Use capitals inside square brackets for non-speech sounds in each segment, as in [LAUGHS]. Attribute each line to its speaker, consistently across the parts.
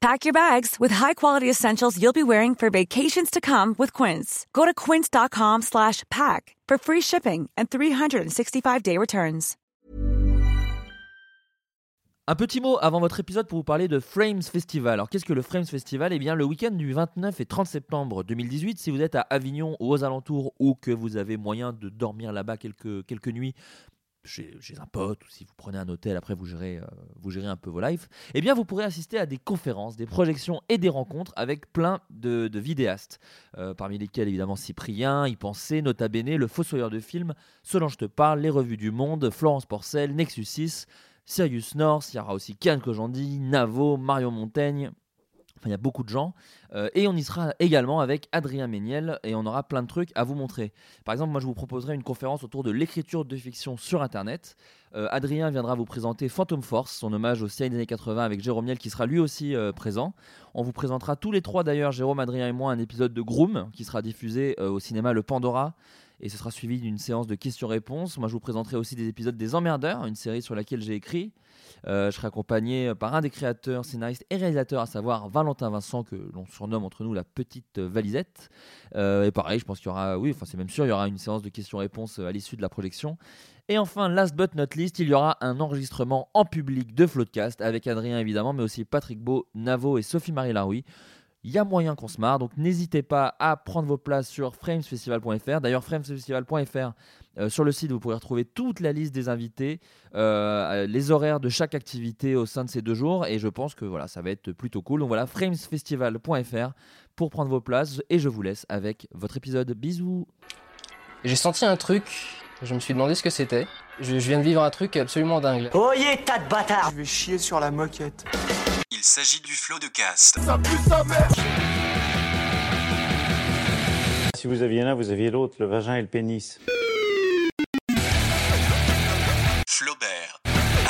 Speaker 1: Pack your bags with high-quality essentials you'll be wearing for vacations to come with Quince. Go to quince.com slash pack for free shipping and 365-day returns.
Speaker 2: Un petit mot avant votre épisode pour vous parler de Frames Festival. Alors qu'est-ce que le Frames Festival Eh bien le week-end du 29 et 30 septembre 2018, si vous êtes à Avignon ou aux alentours ou que vous avez moyen de dormir là-bas quelques, quelques nuits chez, chez un pote ou si vous prenez un hôtel, après vous gérez, euh, vous gérez un peu vos lives, eh bien vous pourrez assister à des conférences, des projections et des rencontres avec plein de, de vidéastes, Euh, parmi lesquels évidemment Cyprien, Y Penser, Nota Bene, Le Fossoyeur de films, Solange Te Parle, Les Revues du Monde, Florence Porcel, Nexus 6, Sirius North, il y aura aussi Kian Kojandi, Navo, Mario Montaigne. Enfin, il y a beaucoup de gens. Euh, et on y sera également avec Adrien Méniel et on aura plein de trucs à vous montrer. Par exemple, moi, je vous proposerai une conférence autour de l'écriture de fiction sur Internet. Euh, Adrien viendra vous présenter Phantom Force, son hommage au ciel des années 80 avec Jérôme Niel qui sera lui aussi euh, présent. On vous présentera tous les trois d'ailleurs, Jérôme, Adrien et moi, un épisode de Groom qui sera diffusé euh, au cinéma Le Pandora. Et ce sera suivi d'une séance de questions-réponses. Moi, je vous présenterai aussi des épisodes des Emmerdeurs, une série sur laquelle j'ai écrit. Euh, je serai accompagné par un des créateurs, scénaristes et réalisateurs, à savoir Valentin Vincent, que l'on surnomme entre nous la petite euh, valisette. Euh, et pareil, je pense qu'il y aura, oui, enfin c'est même sûr, il y aura une séance de questions-réponses euh, à l'issue de la projection. Et enfin, last but not least, il y aura un enregistrement en public de Floodcast avec Adrien évidemment, mais aussi Patrick Beau, Navo et Sophie-Marie Laroui. Il y a moyen qu'on se marre, donc n'hésitez pas à prendre vos places sur framesfestival.fr. D'ailleurs, framesfestival.fr, euh, sur le site, vous pourrez retrouver toute la liste des invités, euh, les horaires de chaque activité au sein de ces deux jours, et je pense que voilà, ça va être plutôt cool. Donc voilà, framesfestival.fr pour prendre vos places, et je vous laisse avec votre épisode. Bisous
Speaker 3: J'ai senti un truc, je me suis demandé ce que c'était. Je, je viens de vivre un truc absolument dingue.
Speaker 4: Oyez, tas de bâtards
Speaker 5: Je vais chier sur la moquette.
Speaker 6: Il s'agit du flot de cast.
Speaker 7: Si vous aviez l'un, vous aviez l'autre, le vagin et le pénis.
Speaker 6: Flaubert.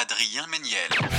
Speaker 6: Adrien Méniel.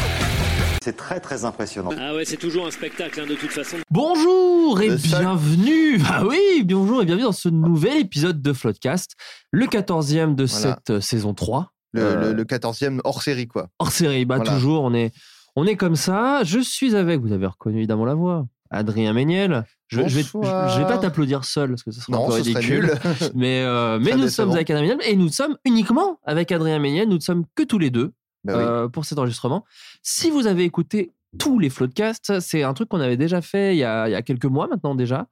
Speaker 7: C'est très très impressionnant.
Speaker 8: Ah ouais, c'est toujours un spectacle hein, de toute façon.
Speaker 2: Bonjour et
Speaker 7: Le seul-
Speaker 2: bienvenue. [LAUGHS] Ah oui, bonjour et bienvenue dans ce nouvel épisode de Floodcast, le 14e de
Speaker 9: Voilà.
Speaker 2: cette euh, saison 3.
Speaker 9: le,
Speaker 2: Euh,
Speaker 9: le- le 14e hors série quoi.
Speaker 2: Hors série, bah
Speaker 9: Voilà.
Speaker 2: toujours, on est, on est comme ça. Je suis avec, vous avez reconnu évidemment la voix, Adrien Méniel. Je, je vais,
Speaker 9: Bonsoir.
Speaker 2: je vais pas t'applaudir seul parce que ce serait un
Speaker 9: Non, ce
Speaker 2: peu
Speaker 9: serait
Speaker 2: ridicule.
Speaker 9: nul.
Speaker 2: [LAUGHS]
Speaker 9: [LAUGHS]
Speaker 2: Mais, euh, mais
Speaker 9: Très
Speaker 2: nous
Speaker 9: décevant.
Speaker 2: sommes avec Adrien Méniel et nous sommes uniquement avec Adrien Méniel. Nous ne sommes que tous les deux
Speaker 9: Bah oui.
Speaker 2: euh, pour cet enregistrement. Si vous avez écouté tous les floodcasts, c'est un truc qu'on avait déjà fait il y a, il y a quelques mois maintenant déjà.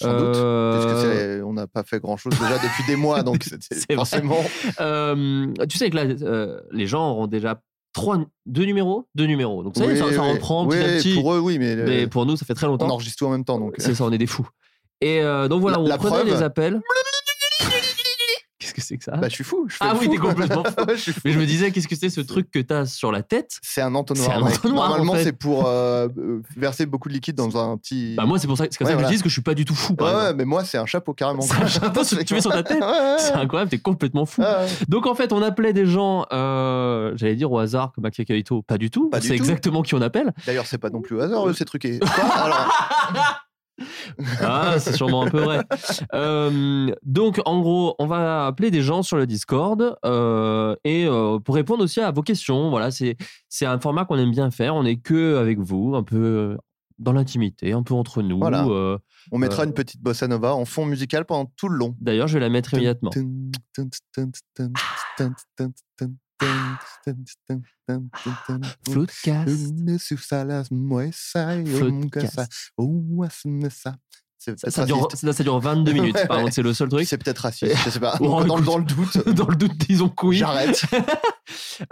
Speaker 9: Sans doute. Parce que
Speaker 2: Euh,
Speaker 9: c'est- on n'a pas fait grand chose déjà depuis des mois, donc
Speaker 2: [LAUGHS]
Speaker 9: c'était
Speaker 2: C'est vrai.
Speaker 9: forcément.
Speaker 2: Euh, tu sais que là, euh, les gens auront déjà trois, deux numéros, deux numéros. Donc ça, y est,
Speaker 9: Oui,
Speaker 2: ça, ça
Speaker 9: oui.
Speaker 2: reprend petit
Speaker 9: Oui,
Speaker 2: à petit.
Speaker 9: Pour eux, oui, mais, le-
Speaker 2: mais pour nous, ça fait très
Speaker 9: euh, on
Speaker 2: longtemps.
Speaker 9: enregistre tout en même temps, donc. euh,
Speaker 2: C'est ça, on est des fous. Et euh, donc voilà,
Speaker 9: La-
Speaker 2: on
Speaker 9: la
Speaker 2: prenait
Speaker 9: preuve- [LAUGHS]
Speaker 2: les appels. Qu'est-ce que c'est que ça
Speaker 9: Bah, je suis fou. Je fais
Speaker 2: Ah
Speaker 9: le
Speaker 2: oui,
Speaker 9: fou.
Speaker 2: t'es
Speaker 9: [LAUGHS]
Speaker 2: complètement fou.
Speaker 9: Ouais, je suis fou.
Speaker 2: Mais je me disais, qu'est-ce que c'est ce truc que t'as sur la tête
Speaker 9: C'est un entonnoir.
Speaker 2: C'est un
Speaker 9: mec.
Speaker 2: entonnoir, en
Speaker 9: Normalement,
Speaker 2: fait.
Speaker 9: c'est pour euh, euh, verser beaucoup de liquide dans un petit.
Speaker 2: Bah moi, c'est pour ça, c'est comme
Speaker 9: Ouais,
Speaker 2: ça que
Speaker 9: voilà.
Speaker 2: je dis que je suis pas du tout fou. par
Speaker 9: ouais, ouais,
Speaker 2: exemple.
Speaker 9: mais moi, c'est un chapeau carrément.
Speaker 2: C'est
Speaker 9: [LAUGHS]
Speaker 2: un chapeau que tu mets sur ta tête.
Speaker 9: Ouais, ouais,
Speaker 2: C'est
Speaker 9: ouais.
Speaker 2: incroyable, t'es complètement fou.
Speaker 9: Ah, ouais.
Speaker 2: Donc en fait, on appelait des gens, euh, j'allais dire au hasard comme Akia Kaito, pas du tout.
Speaker 9: Pas du
Speaker 2: C'est
Speaker 9: tout.
Speaker 2: exactement qui on appelle.
Speaker 9: D'ailleurs, c'est pas non plus au hasard, eux, ces truqués. Quoi Alors,
Speaker 2: Ah, c'est sûrement un peu vrai. Euh, donc, en gros, on va appeler des gens sur le Discord euh, et euh, pour répondre aussi à vos questions. Voilà, c'est c'est un format qu'on aime bien faire. On est que avec vous, un peu euh, dans l'intimité, un peu entre nous.
Speaker 9: Voilà.
Speaker 2: Euh, [LAUGHS]
Speaker 9: on mettra
Speaker 2: Euh.
Speaker 9: une petite bossa nova en fond musical pendant tout le long.
Speaker 2: D'ailleurs, je vais la mettre immédiatement. Floodcast.
Speaker 9: Oh, Floodcast. C'est peut-être
Speaker 2: Ça dure,
Speaker 9: raciste.
Speaker 2: ça dure 22 minutes.
Speaker 9: [LAUGHS] Ouais,
Speaker 2: Par contre,
Speaker 9: ouais.
Speaker 2: c'est le seul truc.
Speaker 9: C'est peut-être raciste, je sais
Speaker 2: [LAUGHS]
Speaker 9: pas.
Speaker 2: Bon,
Speaker 9: dans,
Speaker 2: écoute.
Speaker 9: dans le doute,
Speaker 2: [LAUGHS] Dans le doute, disons que oui.
Speaker 9: j'arrête.
Speaker 2: [LAUGHS]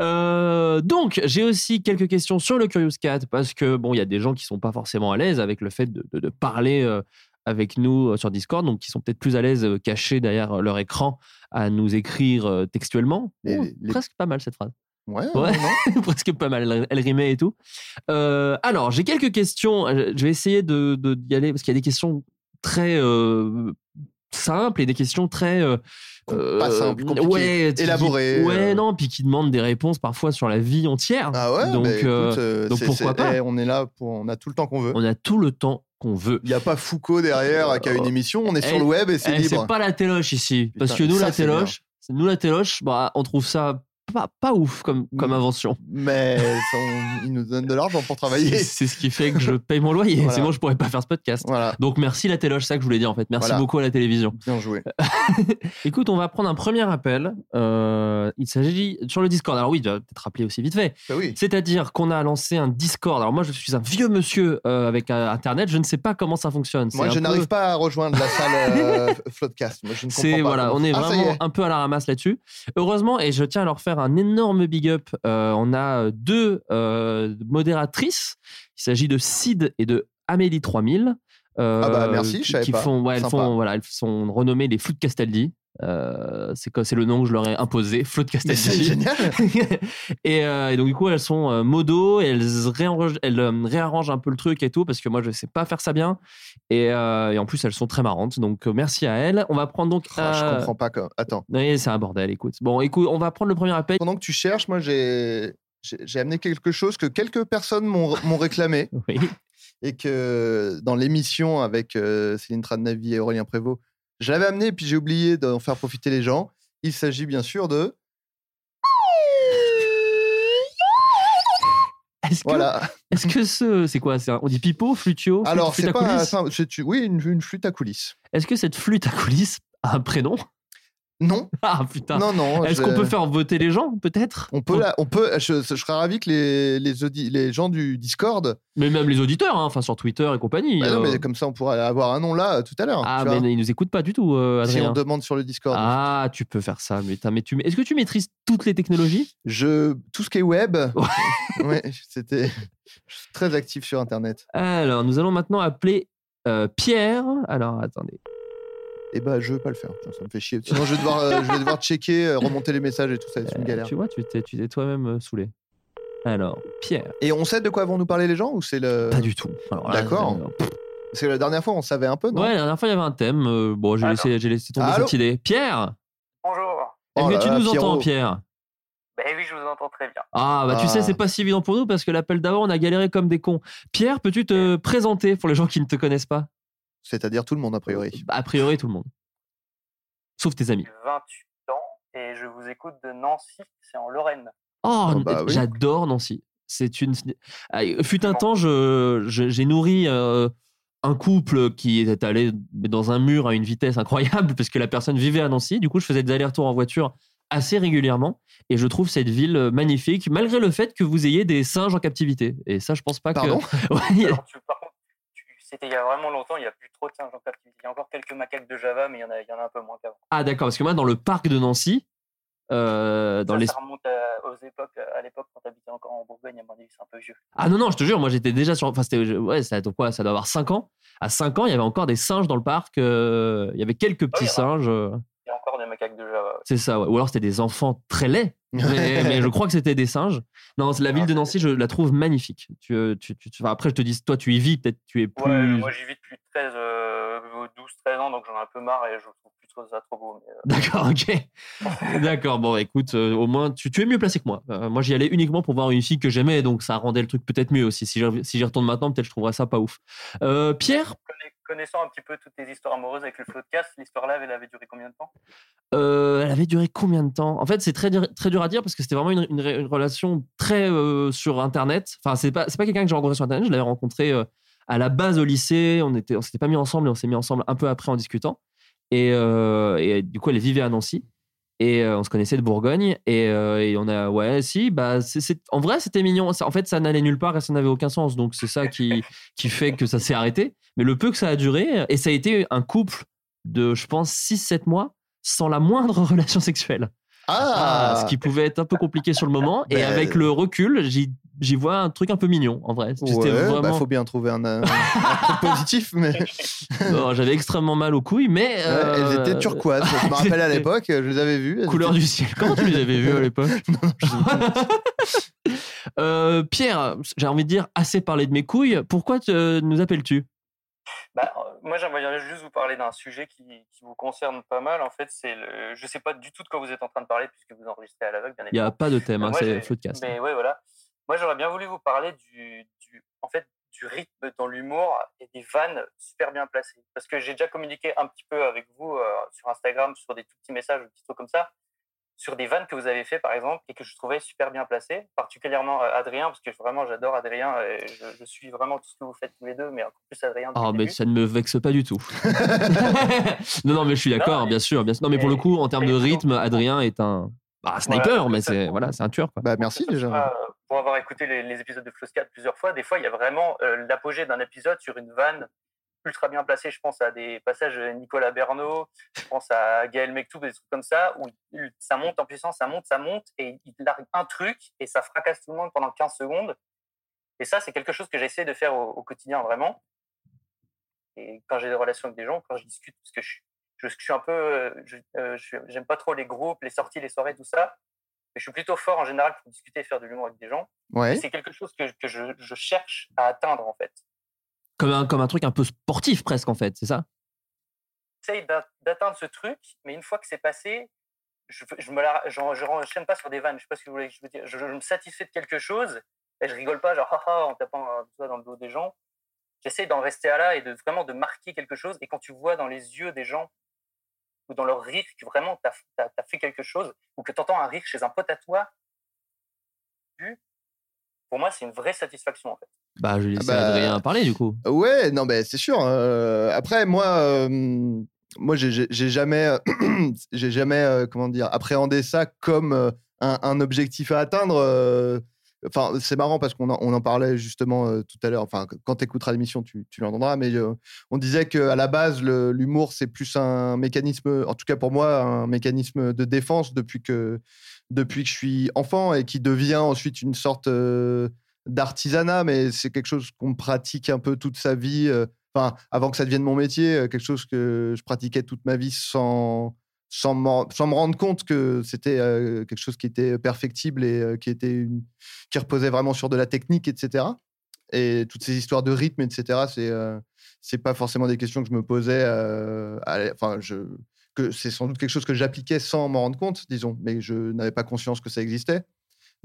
Speaker 2: Euh, donc, j'ai aussi quelques questions sur le Curious Cat parce que bon, il y a des gens qui sont pas forcément à l'aise avec le fait de, de- de parler euh, avec nous euh, sur Discord, donc qui sont peut-être plus à l'aise euh, cachés derrière leur écran à nous écrire euh, textuellement.
Speaker 9: Les-
Speaker 2: Ouh,
Speaker 9: les-
Speaker 2: Presque pas mal cette phrase. [LAUGHS]
Speaker 9: Ouais,
Speaker 2: Ouais.
Speaker 9: non.
Speaker 2: presque pas mal. Elle- Elle rimait et tout. Euh, alors, j'ai quelques questions. Je je vais essayer de, de- d'y aller parce qu'il y a des questions très euh, simples et des questions très. euh,
Speaker 9: Com- pas
Speaker 2: euh,
Speaker 9: simples, compliquées,
Speaker 2: ouais, qui-
Speaker 9: élaborées,
Speaker 2: ouais,
Speaker 9: euh.
Speaker 2: non, puis qui demandent des réponses parfois sur la vie entière.
Speaker 9: Ah ouais
Speaker 2: Donc,
Speaker 9: bah, écoute,
Speaker 2: euh,
Speaker 9: euh,
Speaker 2: donc
Speaker 9: c'est-
Speaker 2: pourquoi
Speaker 9: c'est-
Speaker 2: pas
Speaker 9: eh, On est là, pour, on a tout le temps qu'on veut.
Speaker 2: on a tout le temps qu'on veut.
Speaker 9: Il n'y a pas Foucault derrière
Speaker 2: Euh,
Speaker 9: qui a une émission, on est
Speaker 2: eh,
Speaker 9: sur le web et c'est
Speaker 2: Eh,
Speaker 9: libre.
Speaker 2: pas la téloche ici.
Speaker 9: Putain,
Speaker 2: parce que nous,
Speaker 9: ça,
Speaker 2: la
Speaker 9: c'est bien.
Speaker 2: téloche, nous, la téloche, bah, on trouve ça pas, pas ouf comme, comme
Speaker 9: Mm.
Speaker 2: invention.
Speaker 9: Mais ça, on- ils nous donnent de l'argent pour travailler.
Speaker 2: C'est c'est ce qui fait
Speaker 9: [LAUGHS]
Speaker 2: que je paye mon loyer.
Speaker 9: bah, Voilà.
Speaker 2: Sinon, je pourrais pas faire ce podcast.
Speaker 9: Voilà,
Speaker 2: Donc merci la téloche, c'est ça que je voulais dire en fait. Merci
Speaker 9: Voilà.
Speaker 2: beaucoup à la télévision.
Speaker 9: [LAUGHS] bien joué.
Speaker 2: Euh, Écoute, on va prendre un premier appel. Euh, il s'agit sur le Discord. Alors oui, je vais peut-être rappeler aussi vite fait.
Speaker 9: Bah oui.
Speaker 2: C'est-à-dire qu'on a lancé un Discord. Alors moi, je suis un vieux monsieur euh, avec euh, Internet. Je ne sais pas comment ça fonctionne.
Speaker 9: Moi,
Speaker 2: C'est
Speaker 9: je
Speaker 2: un peu-
Speaker 9: n'arrive pas à rejoindre la salle
Speaker 2: [LAUGHS]
Speaker 9: euh, Floodcast. Moi, je ne comprends
Speaker 2: C'est
Speaker 9: pas
Speaker 2: voilà,
Speaker 9: comment-
Speaker 2: on est
Speaker 9: Ah, ça y
Speaker 2: vraiment
Speaker 9: est.
Speaker 2: un peu à la ramasse là-dessus. Heureusement, et je tiens à leur faire un énorme big up. euh, on a deux euh, modératrices. Il s'agit de Sid et de Amélie 3000. euh,
Speaker 9: Ah bah, merci,
Speaker 2: qui-
Speaker 9: je savais
Speaker 2: qui
Speaker 9: pas.
Speaker 2: font, ouais, elles
Speaker 9: Sympa.
Speaker 2: font, voilà, elles sont renommées les Flou de Castaldi. Euh, c'est quoi- c'est le nom que je leur ai imposé, Flou de
Speaker 9: [LAUGHS] Mais C'est
Speaker 2: Castaldi.
Speaker 9: génial.
Speaker 2: [LAUGHS] et, euh, et donc du coup elles sont euh, modo et elles, réenrog- elles euh, réarrangent un peu le truc et tout parce que moi je sais pas faire ça bien et, euh, et en plus elles sont très marrantes donc euh, merci à elles on va prendre donc
Speaker 9: Ah, Je
Speaker 2: euh,
Speaker 9: comprends pas. Quoi. Attends.
Speaker 2: oui, c'est un bordel écoute bon écoute on va prendre le premier appel
Speaker 9: Pendant que tu cherches, moi, j'ai j'ai- j'ai amené quelque chose que quelques personnes m'ont m'ont réclamé
Speaker 2: oui
Speaker 9: et que dans l'émission avec euh, Céline Tradnavi et Aurélien Prévost, je l'avais amené et puis j'ai oublié d'en faire profiter les gens. Il s'agit bien sûr
Speaker 2: [LAUGHS]
Speaker 9: de
Speaker 2: est-ce que,
Speaker 9: voilà.
Speaker 2: est-ce que ce c'est quoi c'est un- on dit pipeau flutio flûte-
Speaker 9: Alors
Speaker 2: Oh, flûte
Speaker 9: c'est
Speaker 2: à
Speaker 9: pas
Speaker 2: coulisses
Speaker 9: simple. C'est tu- oui une, une flûte à coulisses.
Speaker 2: est-ce que cette flûte à coulisses a un prénom [LAUGHS]
Speaker 9: Non,
Speaker 2: ah putain
Speaker 9: non, non. je-
Speaker 2: est-ce qu'on peut faire voter les gens peut-être
Speaker 9: On peut, la- on peut. Je, je serais ravi que les les, audi- les gens du Discord.
Speaker 2: mais même les auditeurs hein, enfin sur Twitter et compagnie
Speaker 9: Bah non,
Speaker 2: euh.
Speaker 9: mais comme ça, on pourra avoir un nom là euh, tout à l'heure.
Speaker 2: ah
Speaker 9: tu vois.
Speaker 2: mais ils nous écoutent pas du tout euh,
Speaker 9: si
Speaker 2: Adrien
Speaker 9: on demande sur le Discord.
Speaker 2: Ah, tu peux faire ça, mais, t'as- mais tu, est-ce que tu maîtrises toutes les technologies
Speaker 9: Je tout ce qui est web.
Speaker 2: [LAUGHS] Ouais.
Speaker 9: ouais, c'était je suis très actif sur Internet.
Speaker 2: Alors, nous allons maintenant appeler euh, Pierre. Alors, attendez.
Speaker 9: Et bah je veux pas le faire. Putain, Ça me fait chier. Sinon je vais devoir, euh, je vais devoir checker, euh, remonter les messages et tout ça. C'est une galère.
Speaker 2: Euh, Tu vois, tu t'es, tu t'es toi-même euh, saoulé. Alors, Pierre.
Speaker 9: Et on sait de quoi vont nous parler les gens ou c'est le
Speaker 2: Pas du tout. Alors là,
Speaker 9: Euh, d'accord.
Speaker 2: euh,
Speaker 9: Parce que la dernière fois on savait un peu. Non
Speaker 2: ouais, la dernière fois, il y avait un thème. euh, bon, j'ai
Speaker 10: Allô
Speaker 2: laissé, j'ai laissé tomber
Speaker 9: Allô
Speaker 2: cette idée. Pierre
Speaker 10: Bonjour.
Speaker 9: Oh
Speaker 2: Est-ce
Speaker 9: là
Speaker 2: que tu
Speaker 9: là,
Speaker 2: nous
Speaker 9: Pierrot.
Speaker 2: entends, Pierre
Speaker 10: Ben oui, je vous entends très bien.
Speaker 2: Ah, bah tu
Speaker 9: Ah.
Speaker 2: sais, c'est pas si évident pour nous parce que l'appel d'avant, on a galéré comme des cons. Pierre, peux-tu te présenter pour les gens qui ne te connaissent pas
Speaker 9: C'est-à-dire tout le monde a priori.
Speaker 2: Bah, A priori, tout le monde. Sauf tes amis.
Speaker 10: J'ai 28 ans et je vous écoute de Nancy, c'est en Lorraine.
Speaker 2: Oh,
Speaker 9: Ah bah oui.
Speaker 2: j'adore Nancy. C'est une. Ah, Fut un temps, je- je- j'ai nourri euh, un couple qui était allé dans un mur à une vitesse incroyable [LAUGHS] parce que la personne vivait à Nancy. Du coup, je faisais des allers-retours en voiture assez régulièrement et je trouve cette ville euh, magnifique malgré le fait que vous ayez des singes en captivité. Et ça, je pense pas
Speaker 9: Pardon
Speaker 2: Bah, que. [LAUGHS] Ouais,
Speaker 10: Alors, tu- par contre, tu- c'était il y a vraiment longtemps, il n'y a plus trop de singes en captivité. Il y a encore quelques macaques de Java, mais il y en a, il y en a un peu moins qu'avant.
Speaker 2: ah, d'accord, parce que moi, dans le parc de Nancy, euh, dans
Speaker 10: Ça,
Speaker 2: les.
Speaker 10: ça remonte à, aux époques, à l'époque quand t'habitais encore en Bourgogne, à mon avis, c'est un peu vieux.
Speaker 2: Ah non, non, je te jure, moi j'étais déjà sur. Enfin, c'était. je- Ouais, ça, donc, quoi, ça doit avoir 5 ans. À 5 ans, il y avait encore des singes dans le parc. euh, il y avait quelques petits
Speaker 10: Oh, il y en
Speaker 2: singes. euh,
Speaker 10: Il y a encore des macaques de Java.
Speaker 2: C'est ça, ouais. Ou alors c'était des enfants très
Speaker 10: [LAUGHS]
Speaker 2: laids. Mais, mais je crois que c'était des singes. Non,
Speaker 10: Ah,
Speaker 2: c'est- la ville de Nancy, je la trouve magnifique. Tu, euh, tu, tu- tu- enfin, après, je te dis, toi, tu y vis, peut-être tu es
Speaker 10: Ouais,
Speaker 2: plus.
Speaker 10: moi j'y vis depuis 13, euh, 12, 13 ans, donc j'en ai un peu marre et je trouve plus trop ça trop beau. mais, euh,
Speaker 2: [LAUGHS] D'accord,
Speaker 10: [LAUGHS]
Speaker 2: ok. D'accord, bon, écoute, euh, au moins, tu, tu es mieux placé que moi. Euh, moi, j'y allais uniquement pour voir une fille que j'aimais, donc ça rendait le truc peut-être mieux aussi. Si j'y rev- si j'y retourne maintenant, peut-être je trouverais ça pas ouf. Euh, Pierre,
Speaker 10: conna- Connaissant un petit peu toutes tes histoires amoureuses avec le podcast, l'histoire là, elle avait duré combien de temps
Speaker 2: Euh, elle avait duré combien de temps En fait, c'est très, dur- très dur à dire parce que c'était vraiment une, une ré- une relation très euh, sur Internet. Enfin, c'est pas, c'est pas quelqu'un que j'ai rencontré sur Internet. Je l'avais rencontré euh, à la base au lycée. On était, on s'était pas mis ensemble et on s'est mis ensemble un peu après en discutant. Et, euh, et du coup, elle vivait à Nancy. et euh, on se connaissait de Bourgogne et, euh, et on a ouais si bah c'est- c'est- en vrai c'était mignon Ça- en fait ça n'allait nulle part et ça n'avait aucun sens donc c'est ça qui [LAUGHS] qui fait que ça s'est arrêté mais le peu que ça a duré et ça a été un couple de je pense 6 7 mois sans la moindre [LAUGHS] relation sexuelle
Speaker 9: Ah,
Speaker 2: ce qui pouvait être un peu compliqué sur le moment et
Speaker 9: Ben-
Speaker 2: avec le recul j'y j'y vois un truc un peu mignon en vrai C'était
Speaker 9: Ouais, bah,
Speaker 2: vraiment
Speaker 9: faut bien trouver un, un- un truc positif, mais
Speaker 2: Bon, j'avais extrêmement mal aux couilles mais
Speaker 9: Ouais, elles
Speaker 2: euh,
Speaker 9: étaient turquoises. Je me rappelle à l'époque, je les avais vues. elles
Speaker 2: [LAUGHS] couleur
Speaker 9: étaient-
Speaker 2: du ciel comment tu les avais vues à
Speaker 9: [LAUGHS]
Speaker 2: l'époque [LAUGHS] Euh, Pierre, j'ai envie de dire assez parlé de mes couilles. Pourquoi te- nous appelles-tu
Speaker 10: Bah, euh, moi, j'aimerais juste vous parler d'un sujet qui, qui vous concerne pas mal. En fait, c'est le. Je sais pas du tout de quoi vous êtes en train de parler puisque vous enregistrez à l'aveugle, bien
Speaker 2: Il n'y a
Speaker 10: évidemment.
Speaker 2: pas de thème,
Speaker 10: Mais
Speaker 2: hein,
Speaker 10: Bah, moi,
Speaker 2: c'est
Speaker 10: j'ai-
Speaker 2: Floodcast.
Speaker 10: Mais ouais, voilà. Moi, j'aurais bien voulu vous parler du, du- en fait, du rythme dans l'humour et des vannes super bien placées. Parce que j'ai déjà communiqué un petit peu avec vous euh, sur Instagram, sur des tout petits messages, des petits trucs comme ça, sur des vannes que vous avez fait, par exemple, et que je trouvais super bien placées, particulièrement euh, Adrien, parce que vraiment, j'adore Adrien, et je, je suis vraiment tout ce que vous faites tous les deux, mais en plus, Adrien. depuis
Speaker 2: Ah,
Speaker 10: le
Speaker 2: mais
Speaker 10: début.
Speaker 2: ça ne me vexe pas du tout. [LAUGHS] non, non, mais je suis d'accord,
Speaker 10: mais-
Speaker 2: bien sûr, bien sûr. Non, mais pour le coup, en termes de rythme, Adrien est un bah, sniper,
Speaker 10: Voilà,
Speaker 2: mais c'est voilà, c'est un tueur. Quoi.
Speaker 9: Bah, merci déjà.
Speaker 10: Ah, euh, pour avoir écouté les, les épisodes de Flosscat plusieurs fois, des fois, il y a vraiment euh, l'apogée d'un épisode sur une vanne ultra bien placée. Je pense à des passages de Nicolas Bernot, je pense à Gaël Mektoub, des trucs comme ça, où il- ça monte en puissance, ça monte, ça monte, et il largue un truc, et ça fracasse tout le monde pendant 15 secondes. Et ça, c'est quelque chose que j'essaie de faire au, au quotidien, vraiment. Et quand j'ai des relations avec des gens, quand je discute, parce que je, suis- je, je suis un peu... euh, je- euh, je- J'aime pas trop les groupes, les sorties, les soirées, tout ça. Mais je suis plutôt fort en général pour discuter et faire de l'humour avec des gens. Et
Speaker 9: Ouais.
Speaker 10: C'est quelque chose que, que je, je cherche à atteindre en fait.
Speaker 2: Comme, un, comme un truc un peu sportif, presque, en fait, c'est ça
Speaker 10: J'essaye d'at- d'atteindre ce truc, mais une fois que c'est passé, je ne je me la- j'en- je renchaîne pas sur des vannes. Je sais pas ce que vous voulez que je vous dise. Je, je me satisfais de quelque chose et je rigole pas, genre ah, ah, en tapant euh, du doigt dans le dos des gens. J'essaie d'en rester à là et de vraiment de marquer quelque chose. Et quand tu vois dans les yeux des gens ou dans leur rire que vraiment tu as, fait quelque chose ou que tu entends un rire chez un pote à toi, tu- pour moi, c'est une vraie satisfaction en fait.
Speaker 2: Bah, je vais laisser
Speaker 9: bah,
Speaker 2: Adrien parler, du coup.
Speaker 9: Ouais, non, mais c'est sûr. euh, après, moi, euh, moi, j'ai- j'ai j'ai jamais, euh, [CLEARS THROAT] j'ai jamais, euh, comment dire, appréhendé ça comme euh, un, un objectif à atteindre. euh. Enfin, c'est marrant parce qu'on en, on en parlait justement euh, tout à l'heure. Enfin, qu- quand tu écouteras l'émission, tu, tu l'entendras. Mais euh, on disait qu'à la base, le- l'humour, c'est plus un mécanisme, en tout cas pour moi, un mécanisme de défense depuis que, depuis que je suis enfant et qui devient ensuite une sorte euh, d'artisanat, mais c'est quelque chose qu'on pratique un peu toute sa vie. euh, Enfin, avant que ça devienne mon métier, euh, quelque chose que je pratiquais toute ma vie sans sans m'en- sans me rendre compte que c'était euh, quelque chose qui était perfectible et euh, qui était une, qui reposait vraiment sur de la technique, etc. Et toutes ces histoires de rythme, etc. C'est euh, c'est pas forcément des questions que je me posais. euh, à la- Enfin, je que c'est sans doute quelque chose que j'appliquais sans m'en rendre compte, disons, mais je n'avais pas conscience que ça existait.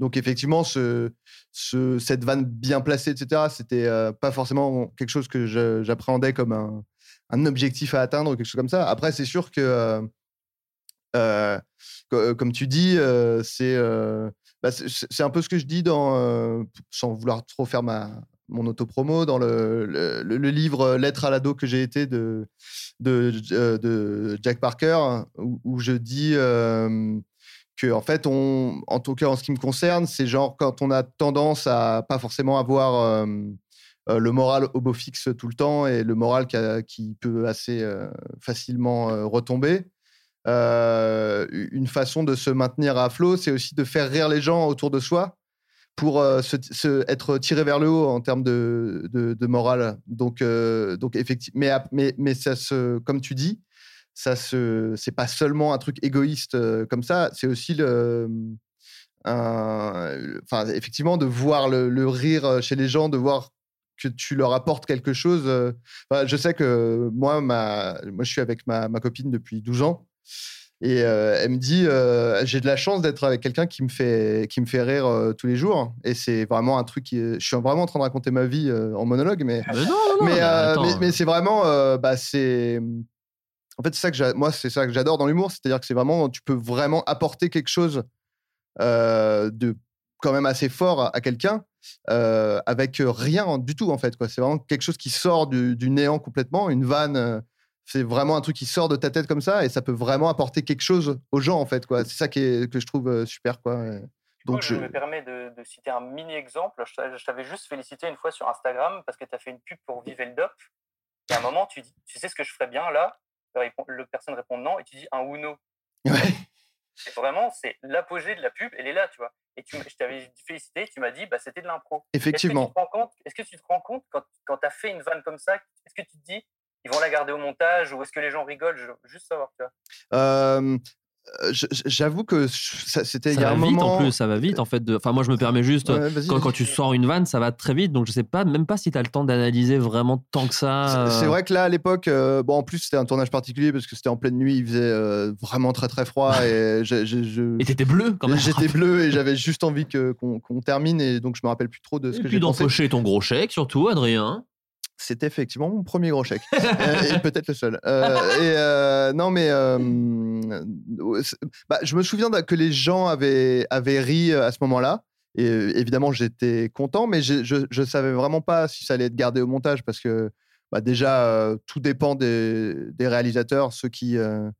Speaker 9: Donc effectivement, ce, ce- cette vanne bien placée, etc., c'était euh, pas forcément quelque chose que je- j'appréhendais comme un, un objectif à atteindre, quelque chose comme ça. Après, c'est sûr que, euh, euh, co- comme tu dis, euh, c'est euh, bah, c'est- c'est un peu ce que je dis dans, euh, sans vouloir trop faire ma, mon autopromo, dans le, le, le- le livre euh, Lettre à l'ado que j'ai été de, de, euh, de Jack Parker, où, où je dis. euh, que en fait on en tout cas en ce qui me concerne c'est genre quand on a tendance à pas forcément avoir euh, euh, le moral au beau fixe tout le temps et le moral qui, a- qui peut assez euh, facilement euh, retomber Euh, une façon de se maintenir à flot c'est aussi de faire rire les gens autour de soi pour euh, se, se- être tiré vers le haut en termes de, de, de morale donc euh, donc effectivement mais, ap- mais mais ça se comme tu dis ça se c'est pas seulement un truc égoïste euh, comme ça c'est aussi le mmh, un- le- enfin effectivement de voir le, le rire euh, chez les gens de voir que tu leur apportes quelque chose euh. Enfin, je sais que moi ma moi je suis avec ma, ma copine depuis 12 ans et euh, elle me dit euh, j'ai de la chance d'être avec quelqu'un qui me fait qui me fait rire euh, tous les jours et c'est vraiment un truc qui est- je suis vraiment en train de raconter ma vie euh, en monologue mais
Speaker 2: Mais non, non, non,
Speaker 9: mais,
Speaker 2: mais
Speaker 9: euh,
Speaker 2: attends.
Speaker 9: mais, mais c'est vraiment euh, bah, c'est en fait c'est ça que j'a- moi c'est ça que j'adore dans l'humour c'est-à-dire que c'est vraiment tu peux vraiment apporter quelque chose euh, de quand même assez fort à, à quelqu'un euh, avec rien du tout en fait quoi c'est vraiment quelque chose qui sort du, du néant complètement une vanne euh, c'est vraiment un truc qui sort de ta tête comme ça et ça peut vraiment apporter quelque chose aux gens en fait quoi c'est ça qui est- que je trouve euh, super quoi Et donc
Speaker 10: je...
Speaker 9: je [LAUGHS]
Speaker 10: me permets de, de citer un mini exemple. Je, t'a- je t'avais juste félicité une fois sur Instagram parce que tu as fait une pub pour Vive le Dop. Et à un moment, tu dis Tu sais ce que je ferais bien là le, répond- le personne répond non et tu dis un Uno. C'est vraiment, c'est l'apogée de la pub, elle est là, tu vois. Et tu, m- je t'avais félicité, tu m'as dit Bah, c'était de l'impro.
Speaker 9: Effectivement.
Speaker 10: Est-ce que tu te rends compte, est-ce que tu te rends compte quand, quand tu as fait une vanne comme ça, est-ce que tu te dis Ils vont la garder au montage ou est-ce que les gens rigolent Je veux Juste savoir, tu vois.
Speaker 9: euh, je- j'avoue que je- ça- c'était il y
Speaker 2: Ça
Speaker 9: a
Speaker 2: va
Speaker 9: un
Speaker 2: vite
Speaker 9: moment
Speaker 2: en plus, ça va vite en fait. de- Enfin, moi je me permets juste,
Speaker 9: Ouais, vas-y,
Speaker 2: quand,
Speaker 9: vas-y.
Speaker 2: quand tu sors une vanne, ça va très vite, donc je sais pas, même pas si t'as le temps d'analyser vraiment tant que ça.
Speaker 9: C'est- C'est
Speaker 2: euh,
Speaker 9: vrai que là, à l'époque, euh, bon, en plus, c'était un tournage particulier parce que c'était en pleine nuit, il faisait euh, vraiment très très froid
Speaker 2: [LAUGHS]
Speaker 9: et j'ai- j'ai- je-
Speaker 2: Et t'étais bleu quand même. [LAUGHS]
Speaker 9: j'étais bleu et j'avais juste envie que- qu'on qu'on termine et donc je me rappelle plus trop de ce
Speaker 2: Et
Speaker 9: que
Speaker 2: puis
Speaker 9: j'ai pensé.
Speaker 2: d'empocher ton gros chèque, surtout, Adrien.
Speaker 9: C'était effectivement mon premier gros chèque Euh, et peut-être le seul. Euh, et euh, non, mais euh, ouais, c'est- bah, je me souviens que les gens avaient, avaient ri euh, à ce moment-là. Et euh, évidemment, j'étais content, mais j'ai- je ne savais vraiment pas si ça allait être gardé au montage parce que bah, déjà, euh, tout dépend des, des réalisateurs, ceux qui. euh,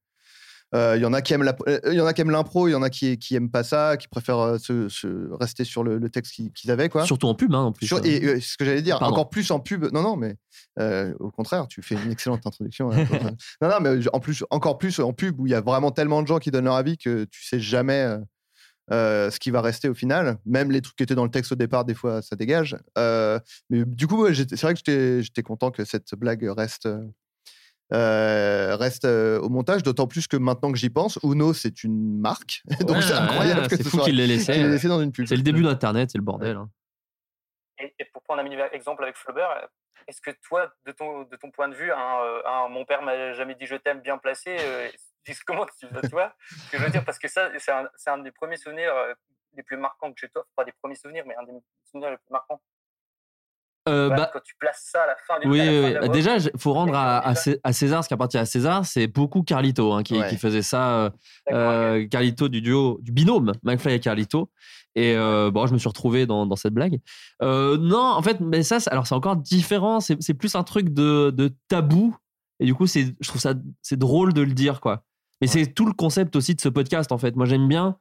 Speaker 9: euh, Il y en a qui aiment la- euh, il y en a qui aiment l'impro, il y en a qui, qui aiment pas ça, qui préfèrent euh, se, se rester sur le, le texte qu'ils qu'ils avaient. Quoi.
Speaker 2: Surtout en pub, hein, en plus.
Speaker 9: Sur- et euh, ce que j'allais dire,
Speaker 2: Pardon.
Speaker 9: encore plus en pub. Non, non, mais euh, au contraire, tu fais une excellente introduction.
Speaker 2: [LAUGHS]
Speaker 9: hein. non, non, mais je- en plus, encore plus en pub où il y a vraiment tellement de gens qui donnent leur avis que tu sais jamais euh, euh, ce qui va rester au final. Même les trucs qui étaient dans le texte au départ, des fois, ça dégage. Euh, mais du coup, ouais, j'étais- c'est vrai que j'étais- j'étais content que cette blague reste. euh, euh, reste euh, au montage, d'autant plus que maintenant que j'y pense, Uno c'est une marque, [LAUGHS] donc
Speaker 2: Ouais,
Speaker 9: c'est incroyable
Speaker 2: Ah, ouais,
Speaker 9: que
Speaker 2: c'est
Speaker 9: ce
Speaker 2: fou
Speaker 9: soit
Speaker 2: qu'il l'ait laissé.
Speaker 9: qu'il l'ait laissé dans une pub.
Speaker 2: C'est le début d'Internet, c'est le bordel. hein.
Speaker 10: Et, et pour prendre un mini exemple avec Flaubert, est-ce que toi, de ton, de ton point de vue, un, euh, un mon père m'a jamais dit je t'aime bien placé, [LAUGHS] euh, dis- comment tu, tu vois ce que je veux dire Parce que ça, c'est un, c'est un des premiers souvenirs euh, les plus marquants que j'ai, toi, pas des premiers souvenirs, mais un des souvenirs les plus marquants.
Speaker 2: Euh,
Speaker 10: Tu vois,
Speaker 2: bah,
Speaker 10: quand tu places ça à la fin du
Speaker 2: Oui,
Speaker 10: à la
Speaker 2: oui,
Speaker 10: fin
Speaker 2: oui.
Speaker 10: de la voix,
Speaker 2: déjà, il faut rendre à, à Cé- à César ce qui appartient à César. C'est beaucoup Carlito hein, qui,
Speaker 9: Ouais.
Speaker 2: qui faisait ça. euh,
Speaker 10: d'accord, ok.
Speaker 2: euh, Carlito du duo, du binôme McFly et Carlito. Et euh, bon, je me suis retrouvé dans, dans cette blague. Euh, non, en fait, mais ça, c'est- alors c'est encore différent. C'est c'est plus un truc de, de tabou. Et du coup, c'est, je trouve ça, c'est drôle de le dire, quoi. Mais c'est tout le concept aussi de ce podcast, en fait. Moi, j'aime bien.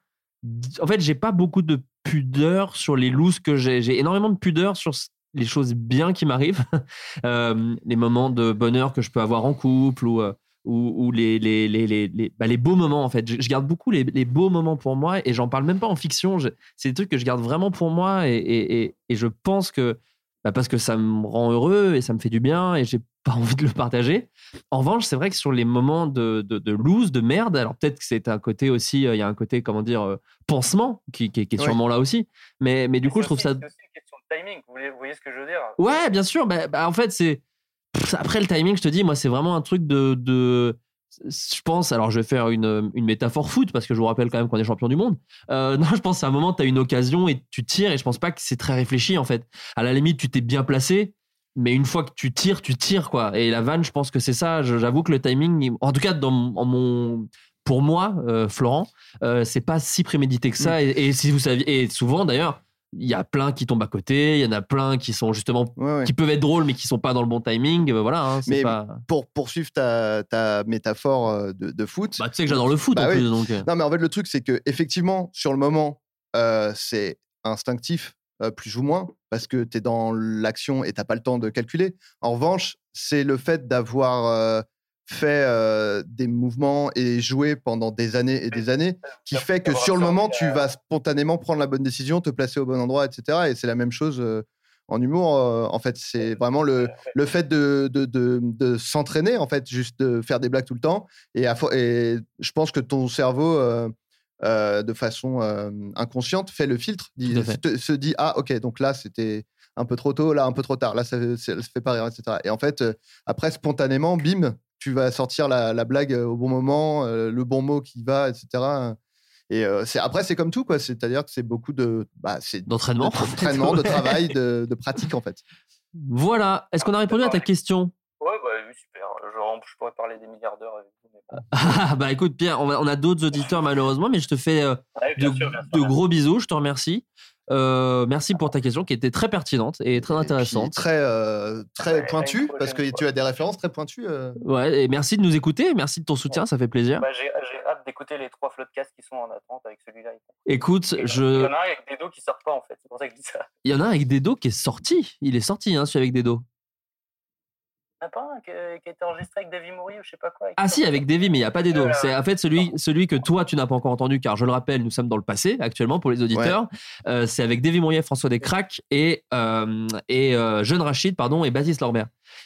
Speaker 2: En fait, j'ai pas beaucoup de pudeur sur les looses que j'ai. J'ai énormément de pudeur sur s- les choses bien qui m'arrivent, [LAUGHS] Euh, les moments de bonheur que je peux avoir en couple ou. euh, ou, ou les, les, les, les, les- bah, les beaux moments en fait. Je, je garde beaucoup les, les beaux moments pour moi et j'en parle même pas en fiction. Je- C'est des trucs que je garde vraiment pour moi et, et, et, et je pense que bah, parce que ça me rend heureux et ça me fait du bien et j'ai [LAUGHS] pas envie de le partager. En revanche, c'est vrai que sur les moments de, de, de loose, de merde, alors peut-être que c'est un côté aussi, euh, il y a un côté, comment dire, euh, pansement qui, qui, qui est
Speaker 9: Ouais.
Speaker 2: sûrement là aussi. Mais, mais du
Speaker 10: Mais
Speaker 2: coup,
Speaker 10: c'est
Speaker 2: je trouve
Speaker 10: aussi-
Speaker 2: ça
Speaker 10: C'est aussi une question de timing, vous voyez, vous voyez ce que je veux dire
Speaker 2: Ouais, bien sûr. Bah, bah, en fait, c'est. Pff, Après le timing, je te dis, moi, c'est vraiment un truc de. de... Je pense, alors je vais faire une, une métaphore foot parce que je vous rappelle quand même qu'on est champion du monde. Euh, [LAUGHS] non, je pense à un moment, tu as une occasion et tu tires et je pense pas que c'est très réfléchi en fait. À la limite, tu t'es bien placé, mais une fois que tu tires, tu tires quoi. Et la vanne, je pense que c'est ça. Je- J'avoue que le timing, il- en tout cas, dans mon- en mon, pour moi, euh, Florent, euh, c'est pas si prémédité que
Speaker 9: Mm.
Speaker 2: ça. Et, et si vous saviez, et souvent d'ailleurs, il y a plein qui tombent à côté, il y en a plein qui sont justement
Speaker 9: Ouais, ouais.
Speaker 2: qui peuvent être drôles mais qui sont pas dans le bon timing euh, voilà hein, c'est
Speaker 9: Mais-
Speaker 2: pas
Speaker 9: pour poursuivre ta, ta métaphore euh, de, de foot.
Speaker 2: bah, tu sais que j'adore le foot
Speaker 9: Bah
Speaker 2: en
Speaker 9: oui.
Speaker 2: plus donc euh,
Speaker 9: Non, mais en fait, le truc, c'est que effectivement, sur le moment, euh, c'est instinctif, euh, plus ou moins, parce que tu es dans l'action et t'as pas le temps de calculer. En revanche, c'est le fait d'avoir euh, fait euh, des mouvements et joué pendant des années et des années qui fait que
Speaker 10: D'avoir
Speaker 9: sur le moment,
Speaker 10: absorbé
Speaker 9: tu
Speaker 10: la-
Speaker 9: vas spontanément prendre la bonne décision, te placer au bon endroit, etc. Et c'est la même chose euh, en humour. euh, en fait, c'est vraiment le, le fait de, de, de, de s'entraîner, en fait, juste de faire des blagues tout le temps. Et, à fo- et je pense que ton cerveau, euh, euh, de façon euh, inconsciente, fait le filtre, dit-
Speaker 2: Tout à fait.
Speaker 9: se, se dit Ah, ok, donc là, c'était un peu trop tôt, là, un peu trop tard, là, ça, ça, ça fait pas rire, etc. Et en fait, euh, après, spontanément, bim, tu vas sortir la, la blague au bon moment, euh, le bon mot qui va, etc. Et euh, c'est- après, c'est comme tout, quoi. C'est-à-dire que c'est beaucoup de. Bah, c'est
Speaker 2: d'entraînement en fait.
Speaker 9: d'entraînement,
Speaker 2: [LAUGHS]
Speaker 9: de travail, de, de pratique, en fait.
Speaker 2: voilà est-ce qu'on a répondu à ta question
Speaker 10: Ouais, bah oui, super. Genre, je pourrais parler des milliards d'heures avec vous. mais bon.
Speaker 2: Ah, bah écoute
Speaker 10: [LAUGHS]
Speaker 2: Pierre on, va- on a d'autres auditeurs malheureusement mais je te fais euh,
Speaker 10: Ouais, bien
Speaker 2: de,
Speaker 10: sûr, bien sûr,
Speaker 2: de
Speaker 10: bien sûr.
Speaker 2: gros bisous je te remercie Euh, merci pour ta question qui était très pertinente et très
Speaker 9: Puis
Speaker 2: intéressante.
Speaker 9: très, euh, très pointu,
Speaker 11: prochaine
Speaker 9: parce que tu as des références très pointues. euh.
Speaker 2: Ouais, et merci de nous écouter, merci de ton soutien, ça fait plaisir.
Speaker 11: Bah, j'ai
Speaker 2: euh,
Speaker 11: j'ai hâte d'écouter les trois floodcasts qui sont en attente avec celui-là.
Speaker 2: Écoute,
Speaker 11: Il y
Speaker 2: je...
Speaker 11: en a un avec des dos qui sortent pas en fait. C'est pour ça que je dis ça.
Speaker 2: il y en a un avec Dedo qui est sorti. Il est sorti, hein, celui avec Dedo.
Speaker 11: Il y en a pas
Speaker 12: hein,
Speaker 11: un qui qui a été enregistré avec Davy Moury ou je sais pas quoi.
Speaker 2: Ah si, avec Davy, mais il n'y a pas Dedo. C'est en fait celui, celui que toi, tu n'as pas encore entendu, car je le rappelle, nous sommes dans le passé actuellement pour les auditeurs. Euh, c'est avec Davy Mourier, François Descraques et, euh, et euh, Jeune Rachid pardon, et Baptiste Lorbert.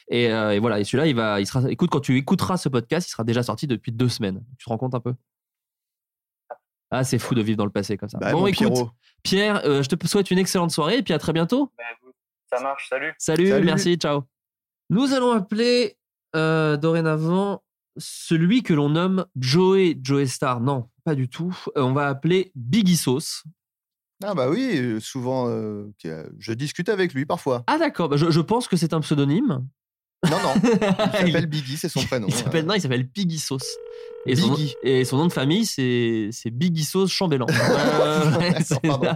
Speaker 2: Et, euh, et voilà, et celui-là, il va, il sera, écoute, quand tu écouteras ce podcast, il sera déjà sorti depuis deux semaines. Tu te rends compte un peu Ah, c'est fou de vivre dans le passé comme ça.
Speaker 9: Bah,
Speaker 2: bon,
Speaker 9: mon
Speaker 2: écoute,
Speaker 9: Pierrot.
Speaker 2: Pierre, euh, je te souhaite une excellente soirée et puis à très bientôt.
Speaker 11: Bah, Ça marche, salut.
Speaker 2: Salut,
Speaker 9: Salut.
Speaker 2: merci, ciao. Nous allons appeler euh, dorénavant celui que l'on nomme Joey, Joey Star. Non, pas du tout. Euh, on va appeler Biggie Sauce.
Speaker 9: Ah bah oui, euh, souvent, euh, qui, euh, je discute avec lui parfois.
Speaker 2: Ah d'accord, Bah, je, je pense que c'est un pseudonyme.
Speaker 9: Non, non, il s'appelle
Speaker 2: [LAUGHS] il
Speaker 9: Biggie, c'est son prénom.
Speaker 2: il s'appelle non, il s'appelle Biggie Sauce. Et son,
Speaker 9: Biggie.
Speaker 2: et son nom de famille, c'est c'est Biggie Sauce [LAUGHS] Chambellan.
Speaker 9: D'accord, pardon.